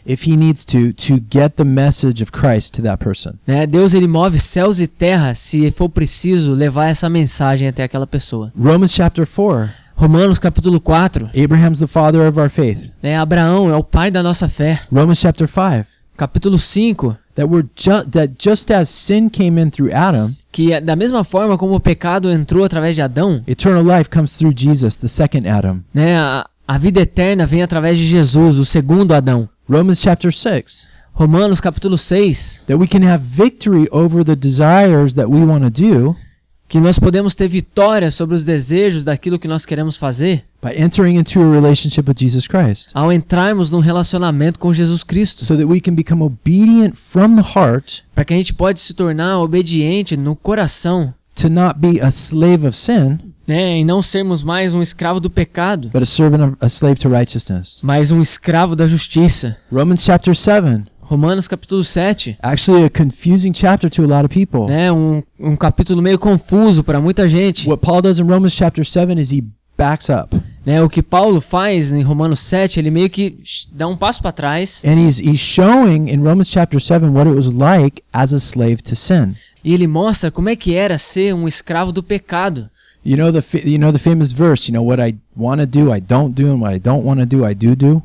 [SPEAKER 1] if he needs to to get the message of Christ to that person.
[SPEAKER 2] Né? Deus ele move céus e terra se for preciso levar essa mensagem até aquela pessoa.
[SPEAKER 1] Romans chapter 4.
[SPEAKER 2] Romanos capítulo 4,
[SPEAKER 1] Abraham's the father of our faith.
[SPEAKER 2] né? Abraão é o pai da nossa fé.
[SPEAKER 1] Romans chapter 5.
[SPEAKER 2] Capítulo 5,
[SPEAKER 1] That we're ju- that just as sin came in through Adam,
[SPEAKER 2] que da mesma forma como o pecado entrou através de Adão,
[SPEAKER 1] eternal life comes through Jesus, the second Adam.
[SPEAKER 2] né, a, a vida eterna vem através de Jesus, o segundo Adão.
[SPEAKER 1] Romans chapter 6.
[SPEAKER 2] Romanos capítulo 6,
[SPEAKER 1] that we can have victory over the desires that we want to do
[SPEAKER 2] que nós podemos ter vitória sobre os desejos daquilo que nós queremos fazer
[SPEAKER 1] by entering into a relationship with Jesus Christ.
[SPEAKER 2] ao entrarmos num relacionamento com Jesus Cristo,
[SPEAKER 1] So that we can become obedient from the heart
[SPEAKER 2] para que a gente pode se tornar obediente no coração,
[SPEAKER 1] to not be a slave of sin,
[SPEAKER 2] né, e não sermos mais um escravo do pecado,
[SPEAKER 1] but a servant of a slave to righteousness.
[SPEAKER 2] mas um escravo da justiça.
[SPEAKER 1] Romans chapter 7,
[SPEAKER 2] Romanos capítulo 7,
[SPEAKER 1] actually a confusing chapter to a lot of people.
[SPEAKER 2] né, um, um capítulo meio confuso para muita gente.
[SPEAKER 1] What Paul does in Romans chapter 7 is he backs up
[SPEAKER 2] Né, o que Paulo faz em Romanos 7, ele meio que sh- dá um passo para trás
[SPEAKER 1] and he's he's showing in Romans chapter 7 what it was like as a slave to sin.
[SPEAKER 2] e ele mostra como é que era ser um escravo do pecado.
[SPEAKER 1] You know the fa- you know the famous verse, you know what I want to do I don't do and what I don't want to do I do do.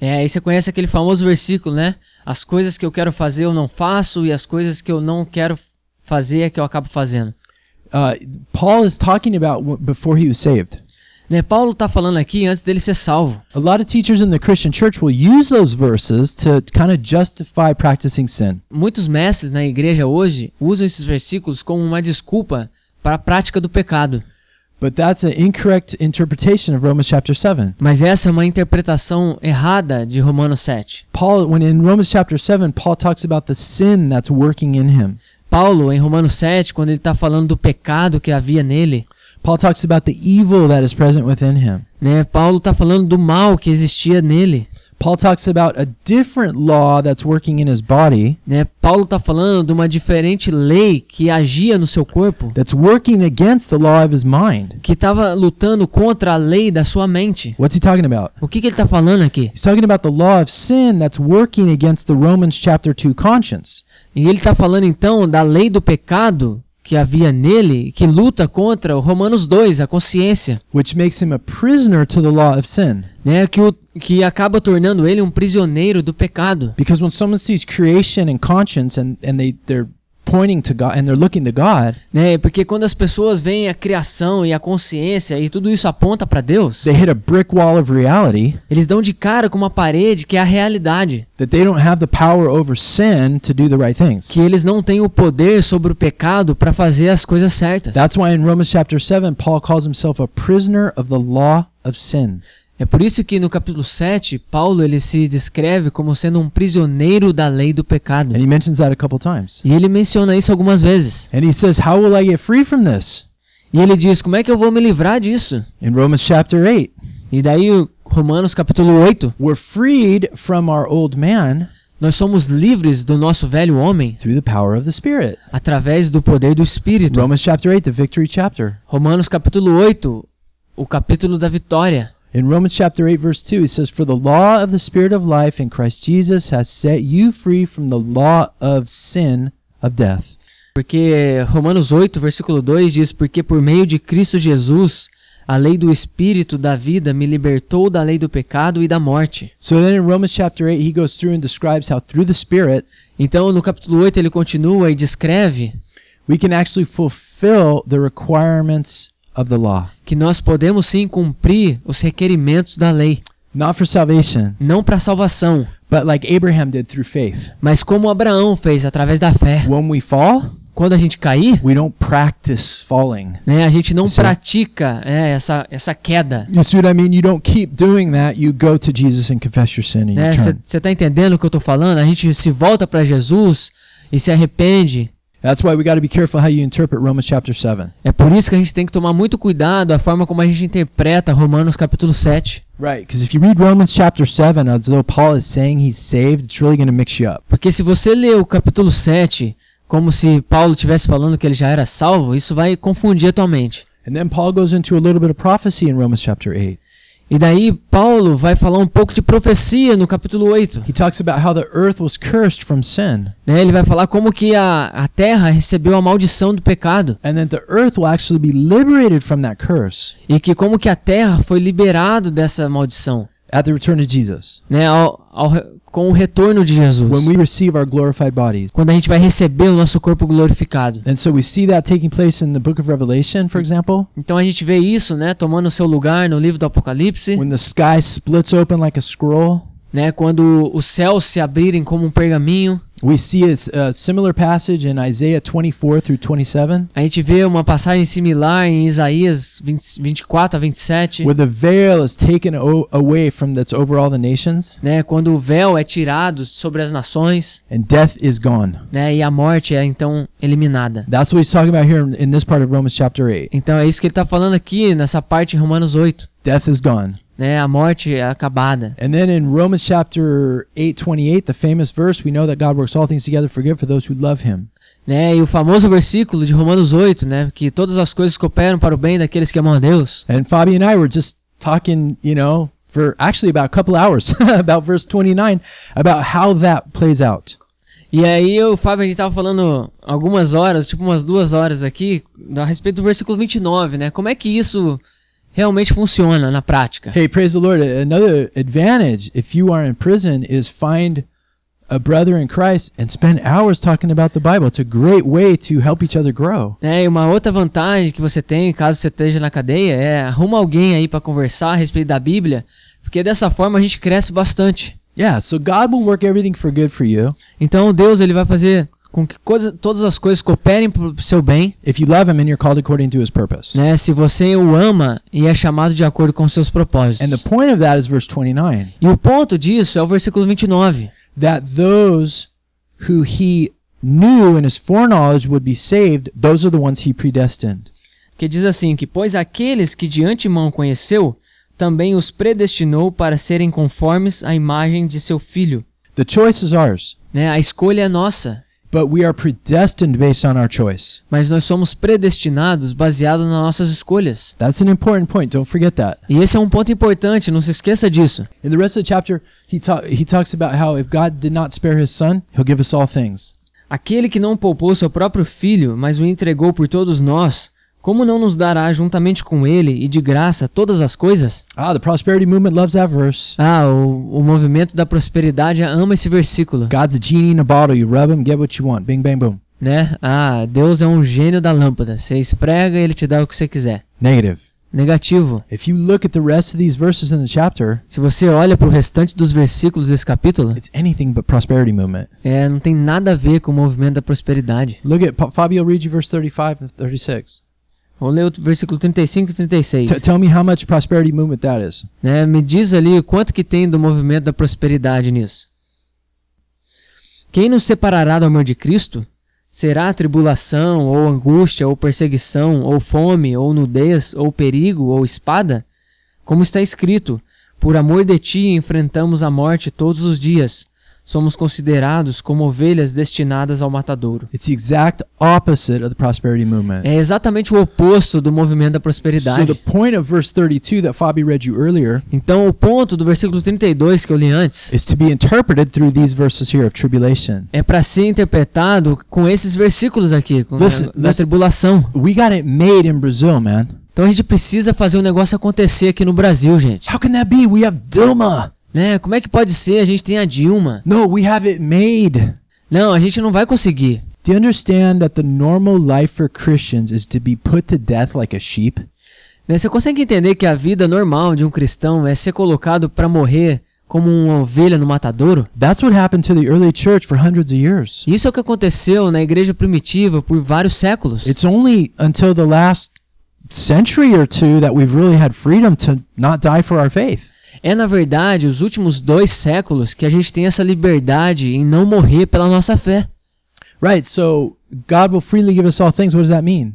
[SPEAKER 2] É, aí você conhece aquele famoso versículo, né? As coisas que eu quero fazer eu não faço e as coisas que eu não quero f- fazer é que eu acabo fazendo.
[SPEAKER 1] Uh, Paul is talking about w- before he was saved.
[SPEAKER 2] Né, Paulo tá falando aqui antes dele ser salvo.
[SPEAKER 1] A lot of teachers in the Christian church will use those verses to kind of justify practicing sin.
[SPEAKER 2] Muitos mestres na igreja hoje usam esses versículos como uma desculpa para a prática do pecado.
[SPEAKER 1] But that's an incorrect interpretation of Romans chapter 7.
[SPEAKER 2] Mas essa é uma interpretação errada de Romanos 7.
[SPEAKER 1] Paul when in Romans chapter 7 Paul talks about the sin that's working in him.
[SPEAKER 2] Paulo, em Romanos 7, quando ele está falando do pecado que havia nele,
[SPEAKER 1] Paul talks about the evil that is present within him.
[SPEAKER 2] né? Paulo está falando do mal que existia nele.
[SPEAKER 1] Paul talks about a different law that's working in his body
[SPEAKER 2] Né? Paulo está falando de uma diferente lei que agia no seu corpo,
[SPEAKER 1] that's working against the law of his mind.
[SPEAKER 2] que estava lutando contra a lei da sua mente.
[SPEAKER 1] What's he talking about?
[SPEAKER 2] O que, que ele está falando aqui?
[SPEAKER 1] He's talking about the law of sin that's working against the Romans chapter 2 conscience.
[SPEAKER 2] E ele está falando então da lei do pecado que havia nele, que luta contra o Romanos 2, a consciência,
[SPEAKER 1] which makes him a prisoner to the law of sin.
[SPEAKER 2] né? Que, o, que acaba tornando ele um prisioneiro do pecado.
[SPEAKER 1] Because when someone sees creation and conscience and, and they, they're pointing to God and they're looking to God,
[SPEAKER 2] Né? Porque quando as pessoas veem a criação e a consciência e tudo isso aponta para Deus,
[SPEAKER 1] they hit a brick wall of reality
[SPEAKER 2] eles dão de cara com uma parede que é a realidade,
[SPEAKER 1] that they don't have the power over sin to do the right things.
[SPEAKER 2] que eles não têm o poder sobre o pecado para fazer as coisas certas.
[SPEAKER 1] That's why in Romans chapter 7, Paul calls himself a prisoner of the law of sin.
[SPEAKER 2] É por isso que no capítulo 7, Paulo ele se descreve como sendo um prisioneiro da lei do pecado.
[SPEAKER 1] And he mentions that a couple times.
[SPEAKER 2] E ele menciona isso algumas vezes.
[SPEAKER 1] And he says, How will I get free from this?
[SPEAKER 2] E ele diz: "Como é que eu vou me livrar disso?"
[SPEAKER 1] In Romans chapter 8,
[SPEAKER 2] E daí o Romanos capítulo 8,
[SPEAKER 1] we're freed from our old man
[SPEAKER 2] nós somos livres do nosso velho homem
[SPEAKER 1] through the power of the Spirit.
[SPEAKER 2] através do poder do espírito.
[SPEAKER 1] Romans chapter 8, the victory chapter.
[SPEAKER 2] Romanos capítulo 8, o capítulo da vitória.
[SPEAKER 1] In Romans chapter 8 verse 2 it says for the law of the spirit of life in Christ Jesus has set you free from the law of sin of death.
[SPEAKER 2] Porque Romanos 8, versículo 2 diz: Porque por meio de Cristo Jesus, a lei do Espírito da vida me libertou da lei do pecado e da morte.
[SPEAKER 1] So then in Romans chapter 8 he goes through and describes how through the spirit
[SPEAKER 2] Então, no capítulo 8, ele continua e descreve
[SPEAKER 1] we can actually fulfill the requirements of the law.
[SPEAKER 2] que nós podemos sim cumprir os requerimentos da lei,
[SPEAKER 1] Not for salvation,
[SPEAKER 2] não para salvação,
[SPEAKER 1] but like Abraham did through faith.
[SPEAKER 2] mas como Abraão fez através da fé.
[SPEAKER 1] When we fall,
[SPEAKER 2] Quando a gente cair,
[SPEAKER 1] we don't practice falling.
[SPEAKER 2] né, a gente não
[SPEAKER 1] Sim.
[SPEAKER 2] pratica é, essa, essa queda.
[SPEAKER 1] You see what I mean? You don't keep doing that. You go to Jesus and confess your sin and you turn.
[SPEAKER 2] Você tá entendendo o que eu tô falando? A gente se volta para Jesus e se arrepende.
[SPEAKER 1] That's why we got to be careful how you interpret Romans chapter 7.
[SPEAKER 2] É por isso que a gente tem que tomar muito cuidado a forma como a gente interpreta Romanos capítulo 7.
[SPEAKER 1] Right, because if you read Romans chapter 7, as though Paul is saying he's saved, it's really going to mix you up.
[SPEAKER 2] Porque se você lê o capítulo 7 como se Paulo estivesse falando que ele já era salvo, isso vai confundir a tua mente.
[SPEAKER 1] And then Paul goes into a little bit of prophecy in Romans chapter 8.
[SPEAKER 2] E daí Paulo vai falar um pouco de profecia no capítulo 8.
[SPEAKER 1] He talks about how the earth was cursed from sin,
[SPEAKER 2] né? Ele vai falar como que a, a terra recebeu a maldição do pecado
[SPEAKER 1] and that the earth will actually be liberated from that curse
[SPEAKER 2] e que como que a terra foi liberado dessa maldição,
[SPEAKER 1] at the return of Jesus
[SPEAKER 2] né? Ao, ao re- com o retorno de Jesus,
[SPEAKER 1] when we receive our glorified bodies.
[SPEAKER 2] quando a gente vai receber o nosso corpo glorificado.
[SPEAKER 1] And so we see that taking place in the book of Revelation, for example,
[SPEAKER 2] Então a gente vê isso, né, tomando o seu lugar no livro do Apocalipse,
[SPEAKER 1] when the sky splits open like a scroll
[SPEAKER 2] né? Quando os céus se abrirem como um pergaminho,
[SPEAKER 1] We see a, s- a similar passage in Isaiah 24 through 27,
[SPEAKER 2] a gente vê uma passagem similar em Isaías 20, 24 a 27,
[SPEAKER 1] where the veil is taken o- away from that's over all the nations,
[SPEAKER 2] né? Quando o véu é tirado sobre as nações,
[SPEAKER 1] and death is gone.
[SPEAKER 2] né? E a morte é então eliminada.
[SPEAKER 1] That's what he's talking about here in, in this part of Romans chapter 8.
[SPEAKER 2] Então é isso que ele está falando aqui nessa parte em Romanos 8,
[SPEAKER 1] Death is gone.
[SPEAKER 2] né? A morte é acabada.
[SPEAKER 1] And then in Romans chapter 8:28, the famous verse, we know that God works all things together for good for those who love him.
[SPEAKER 2] Né? E o famoso versículo de Romanos 8, né? Que todas as coisas cooperam para o bem daqueles que amam a Deus.
[SPEAKER 1] And Fabi and I were just talking, you know, for actually about a couple hours about verse 29 about how that plays out.
[SPEAKER 2] E aí eu, Fábio, a gente tava falando algumas horas, tipo umas duas horas aqui, a respeito do versículo 29, né? Como é que isso realmente funciona na prática?
[SPEAKER 1] Hey, praise the Lord. Another advantage if you are in prison is find a brother in Christ and spend hours talking about the Bible. It's a great way to help each other grow.
[SPEAKER 2] Né? E uma outra vantagem que você tem, caso você esteja na cadeia, é arruma alguém aí para conversar a respeito da Bíblia, porque dessa forma a gente cresce bastante.
[SPEAKER 1] Yeah, so God will work everything for good for you
[SPEAKER 2] Então Deus ele vai fazer com que coisa- todas as coisas cooperem pro seu bem,
[SPEAKER 1] if you love him and you're called according to his purpose.
[SPEAKER 2] né? Se você o ama e é chamado de acordo com seus
[SPEAKER 1] And the
[SPEAKER 2] propósitos.
[SPEAKER 1] point of that is verse 29
[SPEAKER 2] E o ponto disso é o versículo 29.
[SPEAKER 1] that those who he knew in his foreknowledge would be saved, those are the ones he predestined.
[SPEAKER 2] que diz assim que pois aqueles que de antemão conheceu, também os predestinou para serem conformes à imagem de seu filho.
[SPEAKER 1] The choice is ours,
[SPEAKER 2] Né? A escolha é nossa,
[SPEAKER 1] but we are predestined based on our choice.
[SPEAKER 2] mas nós somos predestinados baseado nas nossas escolhas.
[SPEAKER 1] That's an important point. Don't forget that.
[SPEAKER 2] E esse é um ponto importante, não se esqueça disso.
[SPEAKER 1] In the rest of the chapter, he ta- he talks about how if God did not spare his son, he'll give us all things.
[SPEAKER 2] Aquele que não poupou seu próprio filho, mas o entregou por todos nós, como não nos dará juntamente com ele e de graça todas as coisas?
[SPEAKER 1] Ah, the prosperity movement loves that verse.
[SPEAKER 2] Ah, o, o movimento da prosperidade ama esse versículo,
[SPEAKER 1] God's a genie in a bottle. You rub him, get what you want. Bing, bang, boom.
[SPEAKER 2] né? Ah, Deus é um gênio da lâmpada. Você esfrega e ele te dá o que você quiser.
[SPEAKER 1] Negative.
[SPEAKER 2] Negativo.
[SPEAKER 1] If you look at the rest of these verses in the chapter,
[SPEAKER 2] Se você olha pro restante dos versículos desse capítulo,
[SPEAKER 1] it's anything but prosperity movement.
[SPEAKER 2] é, não tem nada a ver com o movimento da prosperidade.
[SPEAKER 1] Look at Pa- Fabio read you verse 35 and 36.
[SPEAKER 2] Vou ler o versículo 35 e
[SPEAKER 1] T-
[SPEAKER 2] 36.
[SPEAKER 1] tell me how much prosperity movement that is.
[SPEAKER 2] Né? Me diz ali quanto que tem do movimento da prosperidade nisso. Quem nos separará do amor de Cristo? Será tribulação, ou angústia, ou perseguição, ou fome, ou nudez, ou perigo, ou espada? Como está escrito: Por amor de ti enfrentamos a morte todos os dias. Somos considerados como ovelhas destinadas ao matadouro.
[SPEAKER 1] It's the exact opposite of the prosperity movement.
[SPEAKER 2] É exatamente o oposto do movimento da
[SPEAKER 1] So the
[SPEAKER 2] prosperidade.
[SPEAKER 1] point of verse 32 that Fabi read you earlier
[SPEAKER 2] Então, o ponto do versículo 32 que eu li antes
[SPEAKER 1] is to be interpreted through these verses here of tribulation.
[SPEAKER 2] é para ser interpretado com esses versículos aqui, com
[SPEAKER 1] Listen,
[SPEAKER 2] a, da
[SPEAKER 1] listen.
[SPEAKER 2] tribulação.
[SPEAKER 1] We got it made in Brazil, man.
[SPEAKER 2] Então a gente precisa fazer o negócio acontecer aqui no Brasil, gente.
[SPEAKER 1] How can that be? We have Dilma.
[SPEAKER 2] Né? Como é que pode ser? A gente tem a Dilma.
[SPEAKER 1] No, we have it made.
[SPEAKER 2] Não, a gente não vai conseguir.
[SPEAKER 1] Do you understand that the normal life for Christians is to be put to death like a sheep?
[SPEAKER 2] Né? Você consegue entender que a vida normal de um cristão é ser colocado para morrer como uma ovelha no matadouro?
[SPEAKER 1] That's what happened to the early church for hundreds of years.
[SPEAKER 2] Isso é o que aconteceu na igreja primitiva por vários séculos.
[SPEAKER 1] It's only until the last century or two that we've really had freedom to not die for our faith.
[SPEAKER 2] É, na verdade, os últimos dois séculos que a gente tem essa liberdade em não morrer pela nossa fé.
[SPEAKER 1] Right, so God will freely give us all things. What does that mean?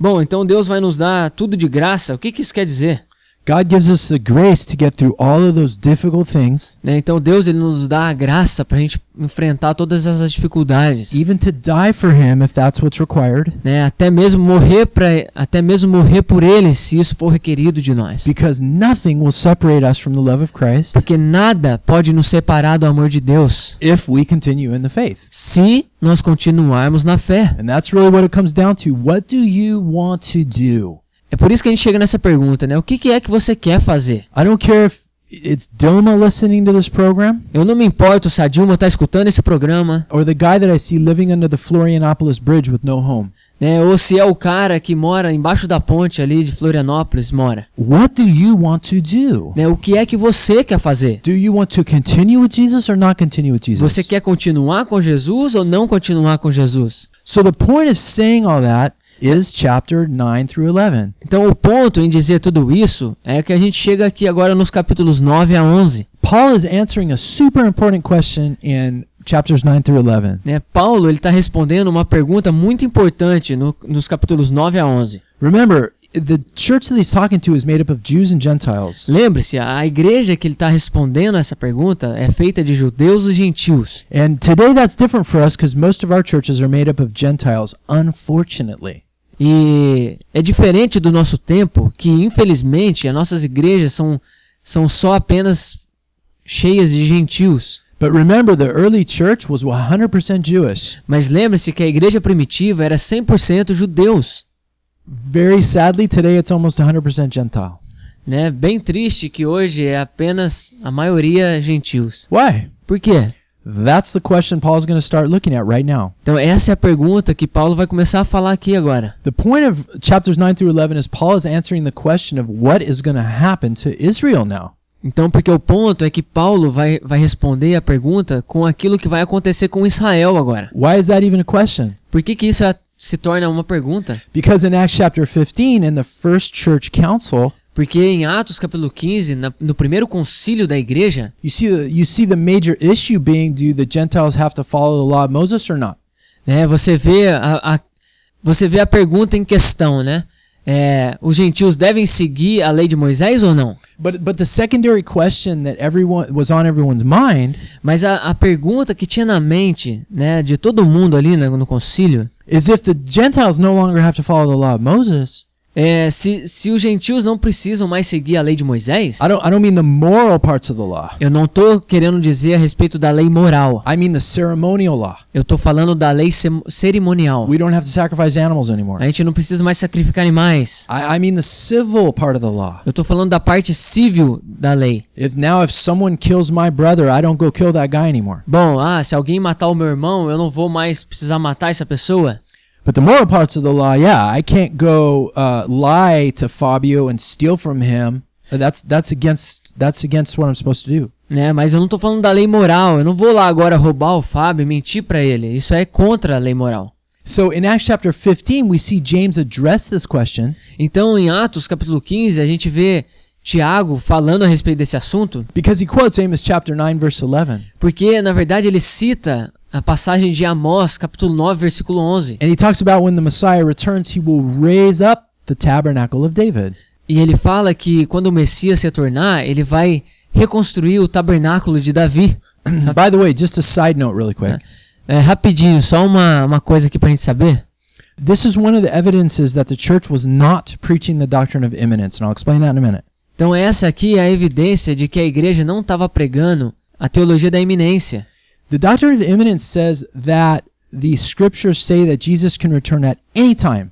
[SPEAKER 2] Bom, então Deus vai nos dar tudo de graça. O que, que isso quer dizer?
[SPEAKER 1] God gives us the grace to get through all of those difficult things,
[SPEAKER 2] Né? Então Deus ele nos dá a graça para a gente enfrentar todas essas dificuldades,
[SPEAKER 1] even to die for Him if that's what's required,
[SPEAKER 2] né? Até mesmo morrer para, até mesmo morrer por Ele, se isso for requerido de nós.
[SPEAKER 1] because nothing will separate us from the love of Christ
[SPEAKER 2] Porque nada pode nos separar do amor de Deus,
[SPEAKER 1] if we continue in the faith.
[SPEAKER 2] se nós continuarmos na fé.
[SPEAKER 1] And that's really what it comes down to. What do you want to do?
[SPEAKER 2] É por isso que a gente chega nessa pergunta, né? O que, que é que você quer fazer?
[SPEAKER 1] I don't care if it's Dilma listening to this program.
[SPEAKER 2] Eu não me importo se a Dilma tá escutando esse programa,
[SPEAKER 1] or the guy that I see living under the Florianopolis Bridge with no home.
[SPEAKER 2] né? Ou se é o cara que mora embaixo da ponte ali de Florianópolis mora,
[SPEAKER 1] What do you want to do?
[SPEAKER 2] né? O que é que você quer fazer?
[SPEAKER 1] Do you want to continue with Jesus or not continue with Jesus?
[SPEAKER 2] Você quer continuar com Jesus ou não continuar com Jesus?
[SPEAKER 1] So the point of saying all that is chapter 9 through 11.
[SPEAKER 2] Então o ponto em dizer tudo isso é que a gente chega aqui agora nos capítulos 9 a 11.
[SPEAKER 1] Paul is answering a super important question in chapters 9 through 11.
[SPEAKER 2] Né? Paulo ele está respondendo uma pergunta muito importante no- nos capítulos 9 a 11.
[SPEAKER 1] Remember, the church that he's talking to is made up of Jews and Gentiles.
[SPEAKER 2] Lembre-se, a igreja que ele está respondendo essa pergunta é feita de judeus e gentios.
[SPEAKER 1] And today that's different for us because most of our churches are made up of Gentiles, unfortunately.
[SPEAKER 2] E é diferente do nosso tempo, que infelizmente as nossas igrejas são, são só apenas cheias de gentios.
[SPEAKER 1] But remember, the early church was 100% Jewish.
[SPEAKER 2] Mas lembre-se que a igreja primitiva era 100% judeus.
[SPEAKER 1] Very sadly, today it's almost 100% Gentile.
[SPEAKER 2] Né? Bem triste que hoje é apenas a maioria gentios.
[SPEAKER 1] Why?
[SPEAKER 2] Por quê?
[SPEAKER 1] That's the question Paul's going to start looking at right now.
[SPEAKER 2] Então essa é a pergunta que Paulo vai começar a falar aqui agora.
[SPEAKER 1] The point of chapters 9 through 11 is Paul is answering the question of what is going to happen to Israel now.
[SPEAKER 2] Então porque o ponto é que Paulo vai, vai responder a pergunta com aquilo que vai acontecer com Israel agora.
[SPEAKER 1] Why is that even a question?
[SPEAKER 2] Por que que isso é- se torna uma pergunta?
[SPEAKER 1] Because in Acts chapter 15, in the first church council,
[SPEAKER 2] Porque em Atos capítulo 15, na- no primeiro concílio da igreja,
[SPEAKER 1] you see the, you see the major issue being do the Gentiles have to follow the law of Moses or not?
[SPEAKER 2] né, você vê a, a- você vê a pergunta em questão, né? É, os gentios devem seguir a lei de Moisés ou não?
[SPEAKER 1] But but the secondary question that everyone was on everyone's mind
[SPEAKER 2] Mas a, a pergunta que tinha na mente, né, de todo mundo ali no, no concílio,
[SPEAKER 1] is if the Gentiles no longer have to follow the law of Moses.
[SPEAKER 2] é se, se os gentios não precisam mais seguir a lei de Moisés,
[SPEAKER 1] I don't I don't mean the moral parts of the law.
[SPEAKER 2] eu não tô querendo dizer a respeito da lei moral.
[SPEAKER 1] I mean the ceremonial law.
[SPEAKER 2] Eu tô falando da lei cem- cerimonial.
[SPEAKER 1] We don't have to sacrifice animals anymore.
[SPEAKER 2] A gente não precisa mais sacrificar animais.
[SPEAKER 1] I, I mean the civil part of the law.
[SPEAKER 2] Eu tô falando da parte civil da lei.
[SPEAKER 1] If now if someone kills my brother, I don't go kill that guy anymore.
[SPEAKER 2] Bom, ah, se alguém matar o meu irmão, eu não vou mais precisar matar essa pessoa.
[SPEAKER 1] But the moral parts of the law, yeah, I can't go uh, lie to Fabio and steal from him. That's that's against that's against what I'm supposed to do.
[SPEAKER 2] Né? Mas eu não tô falando da lei moral. Eu não vou lá agora roubar o Fábio e mentir pra ele. Isso é contra a lei moral.
[SPEAKER 1] So in Acts chapter 15, we see James address this question,
[SPEAKER 2] Então, em Atos capítulo 15, a gente vê Tiago falando a respeito desse assunto,
[SPEAKER 1] because he quotes Amos chapter 9 verse 11.
[SPEAKER 2] porque na verdade ele cita a passagem de Amós, capítulo 9, versículo 11.
[SPEAKER 1] And he talks about when the Messiah returns, he will raise up the tabernacle of David.
[SPEAKER 2] E ele fala que quando o Messias se tornar, ele vai reconstruir o tabernáculo de Davi.
[SPEAKER 1] By the way, just a side note really quick.
[SPEAKER 2] É, rapidinho, só uma, uma coisa aqui pra gente saber.
[SPEAKER 1] This is one of the evidences that the church was not preaching the doctrine of imminence, and I'll explain that in a minute.
[SPEAKER 2] Então essa aqui é a evidência de que a igreja não estava pregando a teologia da iminência.
[SPEAKER 1] The doctrine of imminence says that the scriptures say that Jesus can return at any time.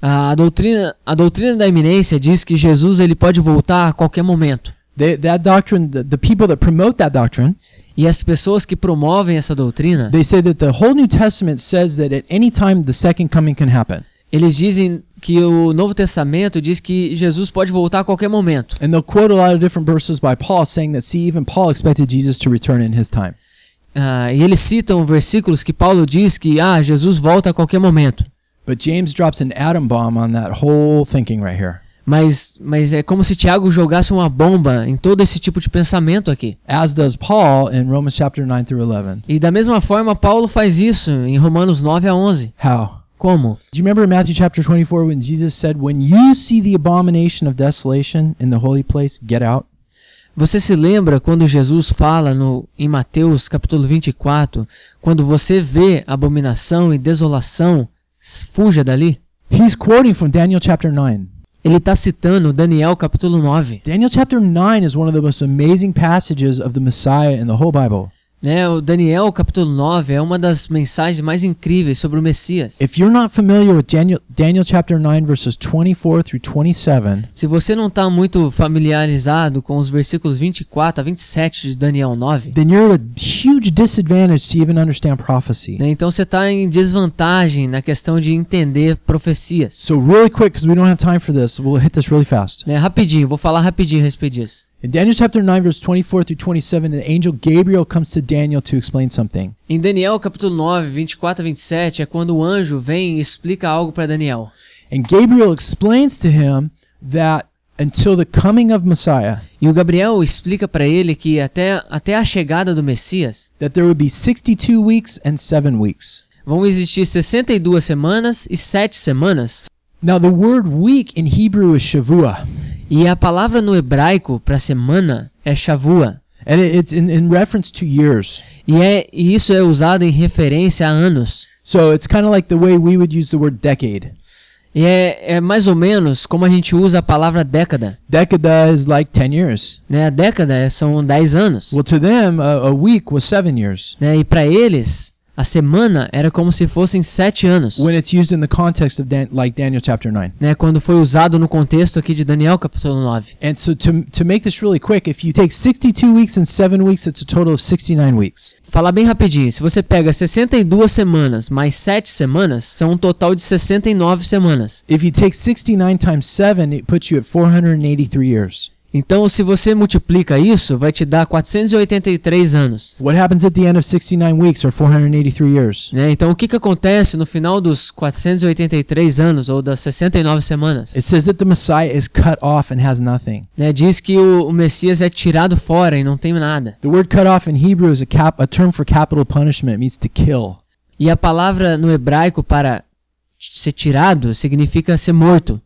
[SPEAKER 2] A doutrina, a doutrina da iminência diz que Jesus ele pode voltar a qualquer momento.
[SPEAKER 1] They, that doctrine, the, the people that promote that doctrine,
[SPEAKER 2] E as pessoas que promovem essa doutrina,
[SPEAKER 1] they say that the whole New Testament says that at any time the second coming can happen.
[SPEAKER 2] eles dizem que o Novo Testamento diz que Jesus pode voltar a qualquer momento.
[SPEAKER 1] And they'll quote a lot of different verses by Paul saying that, see, even Paul expected Jesus to return in his time.
[SPEAKER 2] Ah, e eles citam versículos que Paulo diz que ah, Jesus volta a qualquer momento.
[SPEAKER 1] But James drops an atom bomb on that whole thinking right here.
[SPEAKER 2] Mas, mas é como se Tiago jogasse uma bomba em todo esse tipo de pensamento aqui.
[SPEAKER 1] As does Paul in Romans chapter 9 through 11.
[SPEAKER 2] E da mesma forma, Paulo faz isso em Romanos 9 a 11.
[SPEAKER 1] How?
[SPEAKER 2] Como?
[SPEAKER 1] Do you remember in Matthew chapter 24 when Jesus said, When you see the abomination of desolation in the holy place, get out?
[SPEAKER 2] Você se lembra quando Jesus fala no, em Mateus capítulo 24, quando você vê abominação e desolação, s- fuja dali?
[SPEAKER 1] He's quoting from Daniel chapter 9.
[SPEAKER 2] Ele está citando Daniel capítulo 9.
[SPEAKER 1] Daniel chapter 9 is one of the most amazing passages of the Messiah in the whole Bible.
[SPEAKER 2] né? Né? O Daniel, capítulo 9, é uma das mensagens mais incríveis sobre o Messias.
[SPEAKER 1] If you're not familiar with Daniel, Daniel chapter 9, verses 24 through 27,
[SPEAKER 2] Se você não está muito familiarizado com os versículos 24 a 27 de Daniel 9,
[SPEAKER 1] then you're at a huge disadvantage to even understand prophecy.
[SPEAKER 2] né, então você está em desvantagem na questão de entender profecias.
[SPEAKER 1] So, really quick, because we don't have time for this, we'll hit this really fast.
[SPEAKER 2] Né, Rapidinho, vou falar rapidinho a respeito disso.
[SPEAKER 1] In Daniel chapter 9, verse 24 through 27, the angel Gabriel comes to Daniel to explain something.
[SPEAKER 2] Em Daniel capítulo 9, 24 a 27 é quando o anjo vem e explica algo para Daniel.
[SPEAKER 1] And Gabriel explains to him that until the coming of Messiah,
[SPEAKER 2] E o Gabriel explica para ele que até, até a chegada do Messias
[SPEAKER 1] that there would be 62 weeks and 7 weeks.
[SPEAKER 2] vão existir 62 semanas e 7 semanas.
[SPEAKER 1] Now, the word week in Hebrew is Shavua,
[SPEAKER 2] E a palavra no hebraico para semana é Shavua.
[SPEAKER 1] and it- it's in, in reference to years.
[SPEAKER 2] E, é, e isso é usado em referência a anos.
[SPEAKER 1] So it's kind of like the way we would use the word decade.
[SPEAKER 2] E é, é mais ou menos como a gente usa a palavra década.
[SPEAKER 1] Decada is like 10 years.
[SPEAKER 2] Né? A década é- são 10 anos.
[SPEAKER 1] Well, to them, a, a week was seven years
[SPEAKER 2] Né? E para eles, a semana era como se fossem 7 anos.
[SPEAKER 1] when it's used in the context of Dan- like Daniel chapter 9.
[SPEAKER 2] Né? Quando foi usado no contexto aqui de Daniel capítulo 9.
[SPEAKER 1] And so to, to make this really quick, if you take 62 weeks and seven weeks, it's a total of 69 weeks.
[SPEAKER 2] Falar bem rapidinho, se você pega 62 semanas mais 7 semanas, são um total de 69 semanas.
[SPEAKER 1] If you take 69 times seven, it puts you at 483 years.
[SPEAKER 2] Então, se você multiplica isso, vai te dar 483 anos.
[SPEAKER 1] What happens at the end of 69 weeks or 483 years?
[SPEAKER 2] né? Então, o que, que acontece no final dos 483 anos ou das 69 semanas?
[SPEAKER 1] It says that the Messiah is cut off and has nothing.
[SPEAKER 2] né? Diz que o, o Messias é tirado fora e não tem nada.
[SPEAKER 1] The word cut off in Hebrew is a, cap- a term for capital punishment. It means to kill.
[SPEAKER 2] E a palavra no hebraico para t- ser tirado significa ser morto,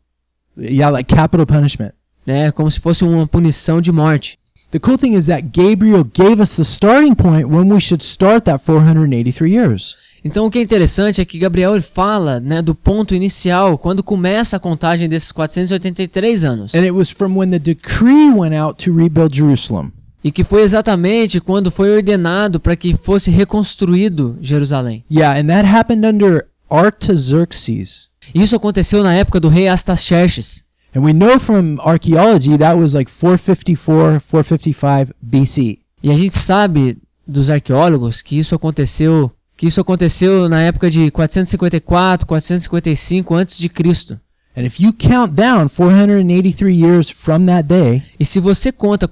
[SPEAKER 1] Yeah, like capital punishment.
[SPEAKER 2] né? Como se fosse uma punição de morte.
[SPEAKER 1] The cool thing is that Gabriel gave us the starting point when we should start that 483 years.
[SPEAKER 2] Então o que é interessante é que Gabriel ele fala né, do ponto inicial, quando começa a contagem desses 483 anos.
[SPEAKER 1] And it was from when the decree went out to rebuild Jerusalem.
[SPEAKER 2] E que foi exatamente quando foi ordenado para que fosse reconstruído Jerusalém.
[SPEAKER 1] Yeah, and that happened under Artaxerxes.
[SPEAKER 2] Isso aconteceu na época do rei Astaxerxes.
[SPEAKER 1] And we know from archaeology that was like 454, 455 BC.
[SPEAKER 2] E a gente sabe dos arqueólogos que isso aconteceu, que isso aconteceu na época de 454, 455 antes de Cristo.
[SPEAKER 1] And if you count down 483 years from that day,
[SPEAKER 2] E se você conta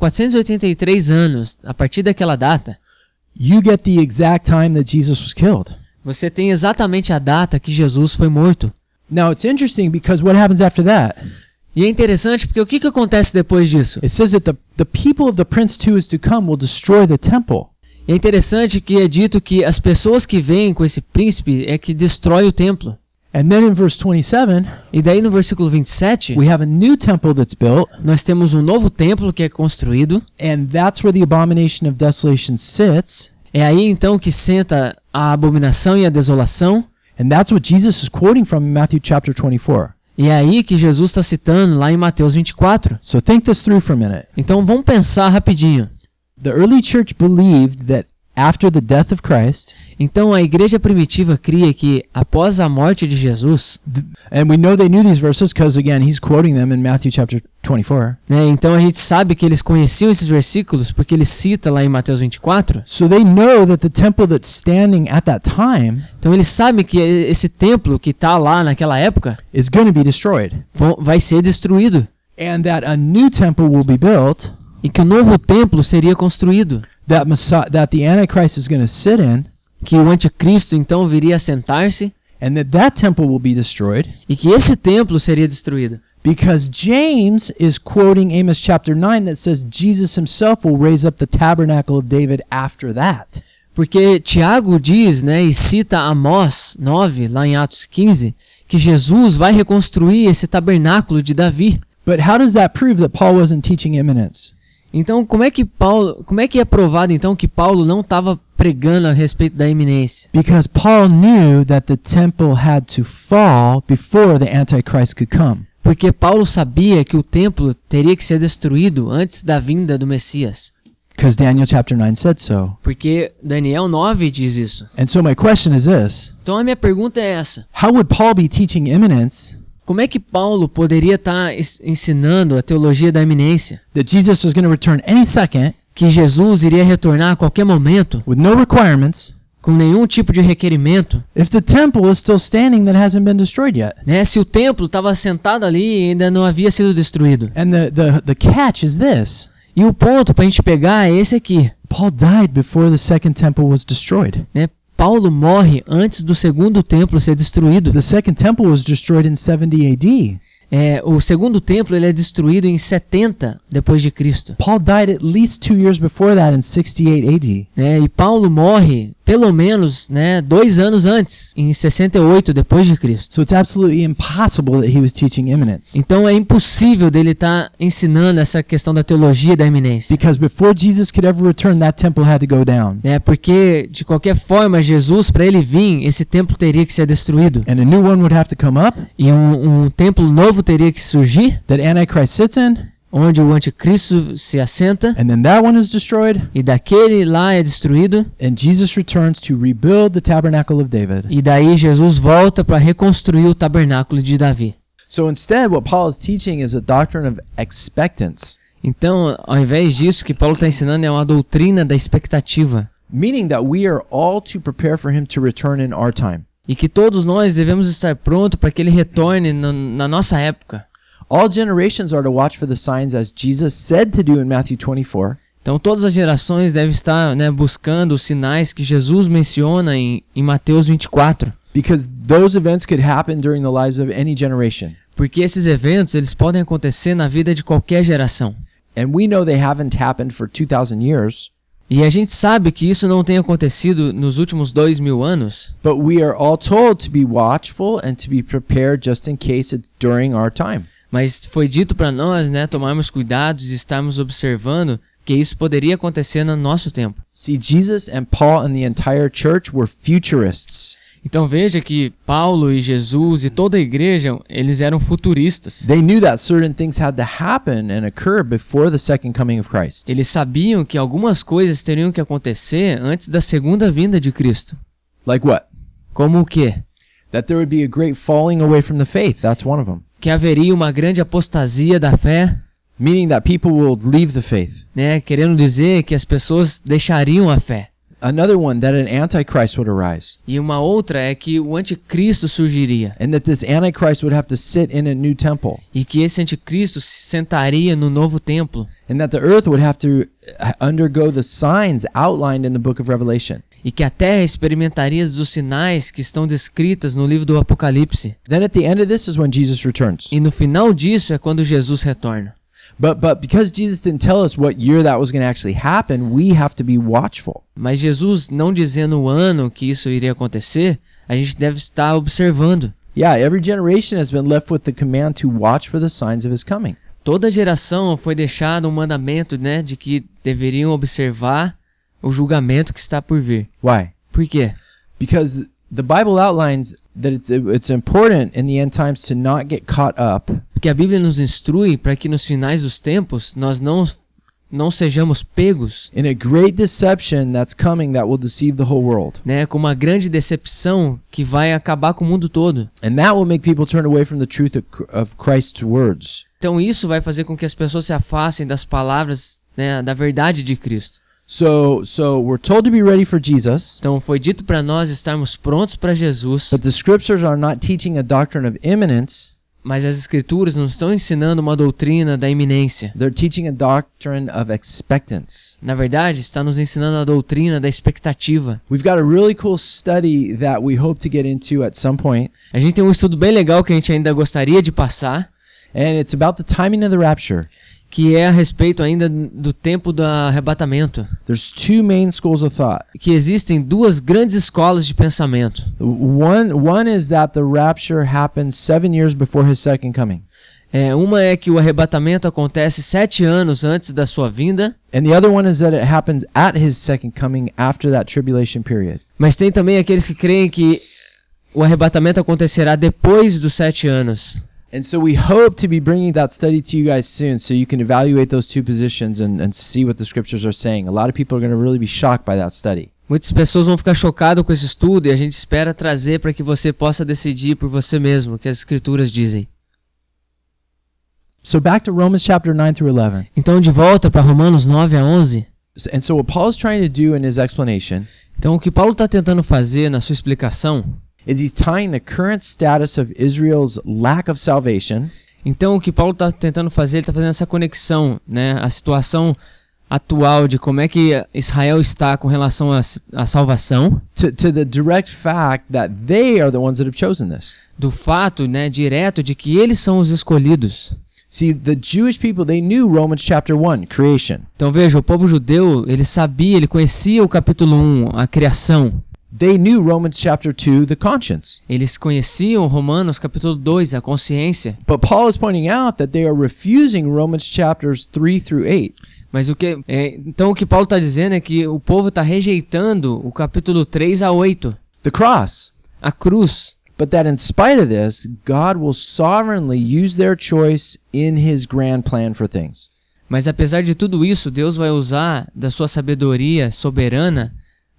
[SPEAKER 2] 483 anos a partir daquela data,
[SPEAKER 1] you get the exact time that Jesus was killed.
[SPEAKER 2] você tem exatamente a data que Jesus foi morto.
[SPEAKER 1] Now, it's interesting because what happens after that?
[SPEAKER 2] E é interessante porque o que, que acontece depois disso?
[SPEAKER 1] It says that the, the people of the prince who is to come will destroy the temple.
[SPEAKER 2] É interessante que é dito que as pessoas que vêm com esse príncipe é que destrói o templo.
[SPEAKER 1] And then in verse 27,
[SPEAKER 2] E daí no versículo 27,
[SPEAKER 1] we have a new temple that's built,
[SPEAKER 2] nós temos um novo templo que é construído.
[SPEAKER 1] and that's where the abomination of desolation sits.
[SPEAKER 2] É aí então que senta a abominação e a desolação.
[SPEAKER 1] And that's what Jesus is quoting from in Matthew chapter 24.
[SPEAKER 2] E é aí que Jesus está citando lá em Mateus 24.
[SPEAKER 1] So think this through for a minute.
[SPEAKER 2] Então vamos pensar rapidinho.
[SPEAKER 1] The early church believed that after the death of Christ,
[SPEAKER 2] Então a igreja primitiva cria que após a morte de Jesus,
[SPEAKER 1] and we know they knew these verses because, again, he's quoting them in Matthew chapter 24.
[SPEAKER 2] né? Então a gente sabe que eles conheciam esses versículos porque ele cita lá em Mateus 24.
[SPEAKER 1] So they know that the temple that's standing at that time
[SPEAKER 2] Então eles sabem que esse templo que está lá naquela época
[SPEAKER 1] is going to be destroyed,
[SPEAKER 2] vão- vai ser destruído
[SPEAKER 1] and that a new temple will be built
[SPEAKER 2] e que o novo templo seria construído,
[SPEAKER 1] that Messiah, that the Antichrist is going to sit in,
[SPEAKER 2] que o anticristo então viria a sentar-se
[SPEAKER 1] and that that temple will be destroyed
[SPEAKER 2] e que esse templo seria destruído.
[SPEAKER 1] because James is quoting Amos chapter 9 that says Jesus himself will raise up the tabernacle of David after that.
[SPEAKER 2] Porque Tiago diz, né, e cita Amós 9, lá em Atos 15, que Jesus vai reconstruir esse tabernáculo de Davi.
[SPEAKER 1] But how does that prove that Paul wasn't teaching imminence?
[SPEAKER 2] Então, como é que Paulo, como é que é provado então que Paulo não estava pregando a respeito da iminência?
[SPEAKER 1] Because Paul knew that the temple had to fall before the Antichrist could come.
[SPEAKER 2] Porque Paulo sabia que o templo teria que ser destruído antes da vinda do Messias.
[SPEAKER 1] because Daniel chapter 9 said so.
[SPEAKER 2] Porque Daniel 9 diz isso.
[SPEAKER 1] And so my question is this
[SPEAKER 2] Então a minha pergunta é essa:
[SPEAKER 1] How would Paul be teaching imminence
[SPEAKER 2] como é que Paulo poderia estar ensinando a teologia da iminência?
[SPEAKER 1] that Jesus was going to return any second
[SPEAKER 2] Que Jesus iria retornar a qualquer momento,
[SPEAKER 1] with no requirements
[SPEAKER 2] com nenhum tipo de requerimento,
[SPEAKER 1] if the temple is still standing that hasn't been destroyed yet?
[SPEAKER 2] né? Se o templo estava sentado ali e ainda não havia sido destruído.
[SPEAKER 1] And the, the, the catch is this
[SPEAKER 2] E o ponto para a gente pegar é esse aqui,
[SPEAKER 1] Paul died before the second temple was destroyed.
[SPEAKER 2] né? Paulo morre antes do segundo templo ser destruído.
[SPEAKER 1] The second temple was destroyed in 70 AD.
[SPEAKER 2] É, o segundo templo ele é destruído em 70 depois de Cristo.
[SPEAKER 1] Paul died at least two years before that in 68 AD.
[SPEAKER 2] né? E Paulo morre pelo menos né, dois anos antes, em 68 depois de Cristo.
[SPEAKER 1] So it's absolutely impossible that he was teaching imminence.
[SPEAKER 2] Então é impossível dele estar ensinando essa questão da teologia da iminência,
[SPEAKER 1] Because before Jesus could ever return, that temple had to go down.
[SPEAKER 2] né? Porque de qualquer forma Jesus para ele vir esse templo teria que ser destruído
[SPEAKER 1] And a new one would have to come up
[SPEAKER 2] e um, um templo novo teria que surgir,
[SPEAKER 1] that Antichrist sits in,
[SPEAKER 2] onde o anticristo se assenta
[SPEAKER 1] and then that one is destroyed,
[SPEAKER 2] e daquele lá é destruído
[SPEAKER 1] and Jesus returns to rebuild the tabernacle of David.
[SPEAKER 2] e daí Jesus volta para reconstruir o tabernáculo de Davi.
[SPEAKER 1] So instead, what Paul is teaching is a doctrine of expectance,
[SPEAKER 2] Então, ao invés disso, o que Paulo está ensinando é uma doutrina da expectativa.
[SPEAKER 1] meaning that we are all to prepare for him to return in our time.
[SPEAKER 2] E que todos nós devemos estar prontos para que ele retorne no- na nossa época.
[SPEAKER 1] All generations are to watch for the signs as Jesus said to do in Matthew 24.
[SPEAKER 2] Então, todas as gerações devem estar né, buscando os sinais que Jesus menciona em, em Mateus 24.
[SPEAKER 1] Because those events could happen during the lives of any generation.
[SPEAKER 2] Porque esses eventos eles podem acontecer na vida de qualquer geração.
[SPEAKER 1] And we know they haven't happened for 2,000 years,
[SPEAKER 2] E a gente sabe que isso não tem acontecido nos últimos dois mil anos,
[SPEAKER 1] but we are all told to be watchful and to be prepared just in case it's during our time.
[SPEAKER 2] mas foi dito para nós né, tomarmos cuidados e estarmos observando que isso poderia acontecer no nosso tempo.
[SPEAKER 1] See, Jesus and Paul and the entire church were futurists.
[SPEAKER 2] Então veja que Paulo e Jesus e toda a igreja, eles eram futuristas.
[SPEAKER 1] They knew that certain things had to happen and occur before the second coming of Christ.
[SPEAKER 2] Eles sabiam que algumas coisas teriam que acontecer antes da segunda vinda de Cristo.
[SPEAKER 1] Like what?
[SPEAKER 2] Como o quê?
[SPEAKER 1] That there would be a great falling away from the faith. That's one of them.
[SPEAKER 2] Que haveria uma grande apostasia da fé,
[SPEAKER 1] Meaning that people will leave the faith.
[SPEAKER 2] né, querendo dizer que as pessoas deixariam a fé.
[SPEAKER 1] Another one, that an antichrist would arise.
[SPEAKER 2] E uma outra é que o anticristo surgiria
[SPEAKER 1] And that this antichrist would have to sit in a new temple.
[SPEAKER 2] e que esse anticristo se sentaria no novo templo
[SPEAKER 1] and that the earth would have to uh, undergo the signs outlined in the book of Revelation.
[SPEAKER 2] e que a terra experimentaria os sinais que estão descritas no livro do Apocalipse.
[SPEAKER 1] Then at the end of this is when Jesus returns.
[SPEAKER 2] E no final disso é quando Jesus retorna.
[SPEAKER 1] But but because Jesus didn't tell us what year that was going to actually happen, we have to be watchful.
[SPEAKER 2] Mas Jesus, não dizendo o ano que isso iria acontecer, a gente deve estar observando.
[SPEAKER 1] Yeah, every generation has been left with the command to watch for the signs of his coming.
[SPEAKER 2] Toda geração foi deixada um mandamento, né, de que deveriam observar o julgamento que está por vir.
[SPEAKER 1] Why?
[SPEAKER 2] Por quê?
[SPEAKER 1] Because the Bible outlines that it's, it's important in the end times to not get caught up
[SPEAKER 2] Porque a Bíblia nos instrui para que nos finais dos tempos nós não não sejamos pegos,
[SPEAKER 1] in a great deception that's coming that will deceive the whole world.
[SPEAKER 2] né, com uma grande decepção que vai acabar com o mundo todo.
[SPEAKER 1] And that will make people turn away from the truth of, Cr- of Christ's words.
[SPEAKER 2] Então isso vai fazer com que as pessoas se afastem das palavras, né, da verdade de Cristo.
[SPEAKER 1] So so we're told to be ready for Jesus,
[SPEAKER 2] Então foi dito para nós estarmos prontos para Jesus,
[SPEAKER 1] but the scriptures are not teaching a doctrine of imminence.
[SPEAKER 2] mas as escrituras não estão ensinando uma doutrina da iminência.
[SPEAKER 1] They're teaching a doctrine of expectance.
[SPEAKER 2] Na verdade, está nos ensinando a doutrina da expectativa.
[SPEAKER 1] We've got a really cool study that we hope to get into at some point,
[SPEAKER 2] A gente tem um estudo bem legal que a gente ainda gostaria de passar,
[SPEAKER 1] and it's about the timing of the rapture.
[SPEAKER 2] que é a respeito ainda do tempo do arrebatamento,
[SPEAKER 1] There's two main schools of thought.
[SPEAKER 2] que existem duas grandes escolas de pensamento.
[SPEAKER 1] One one is that the rapture happens 7 years before his second coming,
[SPEAKER 2] É, uma é que o arrebatamento acontece sete anos antes da sua vinda,
[SPEAKER 1] and the other one is that it happens at his second coming after that tribulation period.
[SPEAKER 2] mas tem também aqueles que creem que o arrebatamento acontecerá depois dos sete anos.
[SPEAKER 1] And so we hope to be bringing that study to you guys soon so you can evaluate those two positions and, and see what the scriptures are saying. A lot of people are going to really be shocked by that study.
[SPEAKER 2] Muitas pessoas vão ficar chocadas com esse estudo e a gente espera trazer para que você possa decidir por você mesmo o que as escrituras dizem.
[SPEAKER 1] So back to Romans chapter 9 through 11.
[SPEAKER 2] Então, de volta para Romanos 9 a 11.
[SPEAKER 1] So- And so what Paul's trying to do in his explanation
[SPEAKER 2] Então, o que Paulo está tentando fazer na sua explicação.
[SPEAKER 1] is he's tying the current status of Israel's lack of salvation
[SPEAKER 2] Então, o que Paulo está tentando fazer, ele está fazendo essa conexão, né? A situação atual de como é que Israel está com relação à s- à salvação,
[SPEAKER 1] to, to the direct fact that they are the ones that have chosen this.
[SPEAKER 2] do fato, né, direto de que eles são os escolhidos.
[SPEAKER 1] See, the Jewish people, they knew Romans chapter 1, creation.
[SPEAKER 2] Então veja, o povo judeu, ele sabia, ele conhecia o capítulo 1, a criação.
[SPEAKER 1] They knew Romans chapter 2, the conscience.
[SPEAKER 2] Eles conheciam Romanos capítulo 2, a consciência.
[SPEAKER 1] But Paul is pointing out that they are refusing Romans chapters 3 through 8.
[SPEAKER 2] Mas o que. é, então o que Paulo está dizendo é que o povo está rejeitando o capítulo 3 a 8,
[SPEAKER 1] the cross.
[SPEAKER 2] a cruz.
[SPEAKER 1] But that in spite of this, God will sovereignly use their choice in his grand plan for things.
[SPEAKER 2] Mas apesar de tudo isso, Deus vai usar da sua sabedoria soberana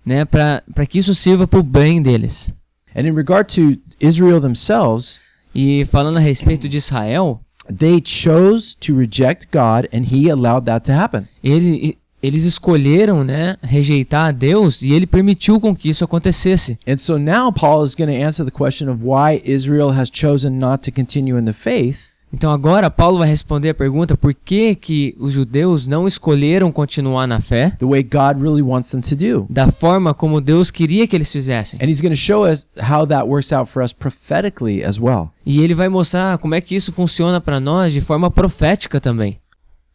[SPEAKER 2] né, para que isso sirva para o bem deles.
[SPEAKER 1] And in regard to Israel themselves,
[SPEAKER 2] E falando a respeito de Israel,
[SPEAKER 1] they chose to reject God and he allowed that to happen.
[SPEAKER 2] ele- eles escolheram né, rejeitar a Deus e ele permitiu com que isso acontecesse.
[SPEAKER 1] And so now Paul is going to answer the question of why Israel has chosen not to continue in the faith.
[SPEAKER 2] Então agora Paulo vai responder a pergunta por que, que os judeus não escolheram continuar na fé
[SPEAKER 1] the way God really wants them to do.
[SPEAKER 2] da forma como Deus queria que eles fizessem.
[SPEAKER 1] And he's going to show us how that works out for us prophetically as well.
[SPEAKER 2] E ele vai mostrar como é que isso funciona para nós de forma profética também.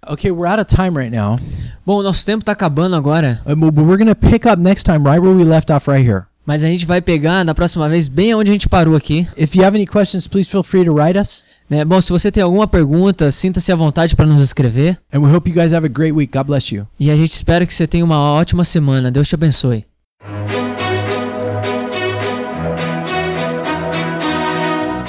[SPEAKER 1] Okay, we're out of time right now,
[SPEAKER 2] Bom, o nosso tempo tá acabando agora,
[SPEAKER 1] Um, but we're going to pick up next time right where we left off right here.
[SPEAKER 2] mas a gente vai pegar da próxima vez bem onde a gente parou aqui.
[SPEAKER 1] If you have any questions, please feel free to write us.
[SPEAKER 2] né? Bom, se você tem alguma pergunta, sinta-se à vontade para nos escrever.
[SPEAKER 1] And we hope you guys have a great week. God bless you.
[SPEAKER 2] E a gente espera que você tenha uma ótima semana. Deus te abençoe.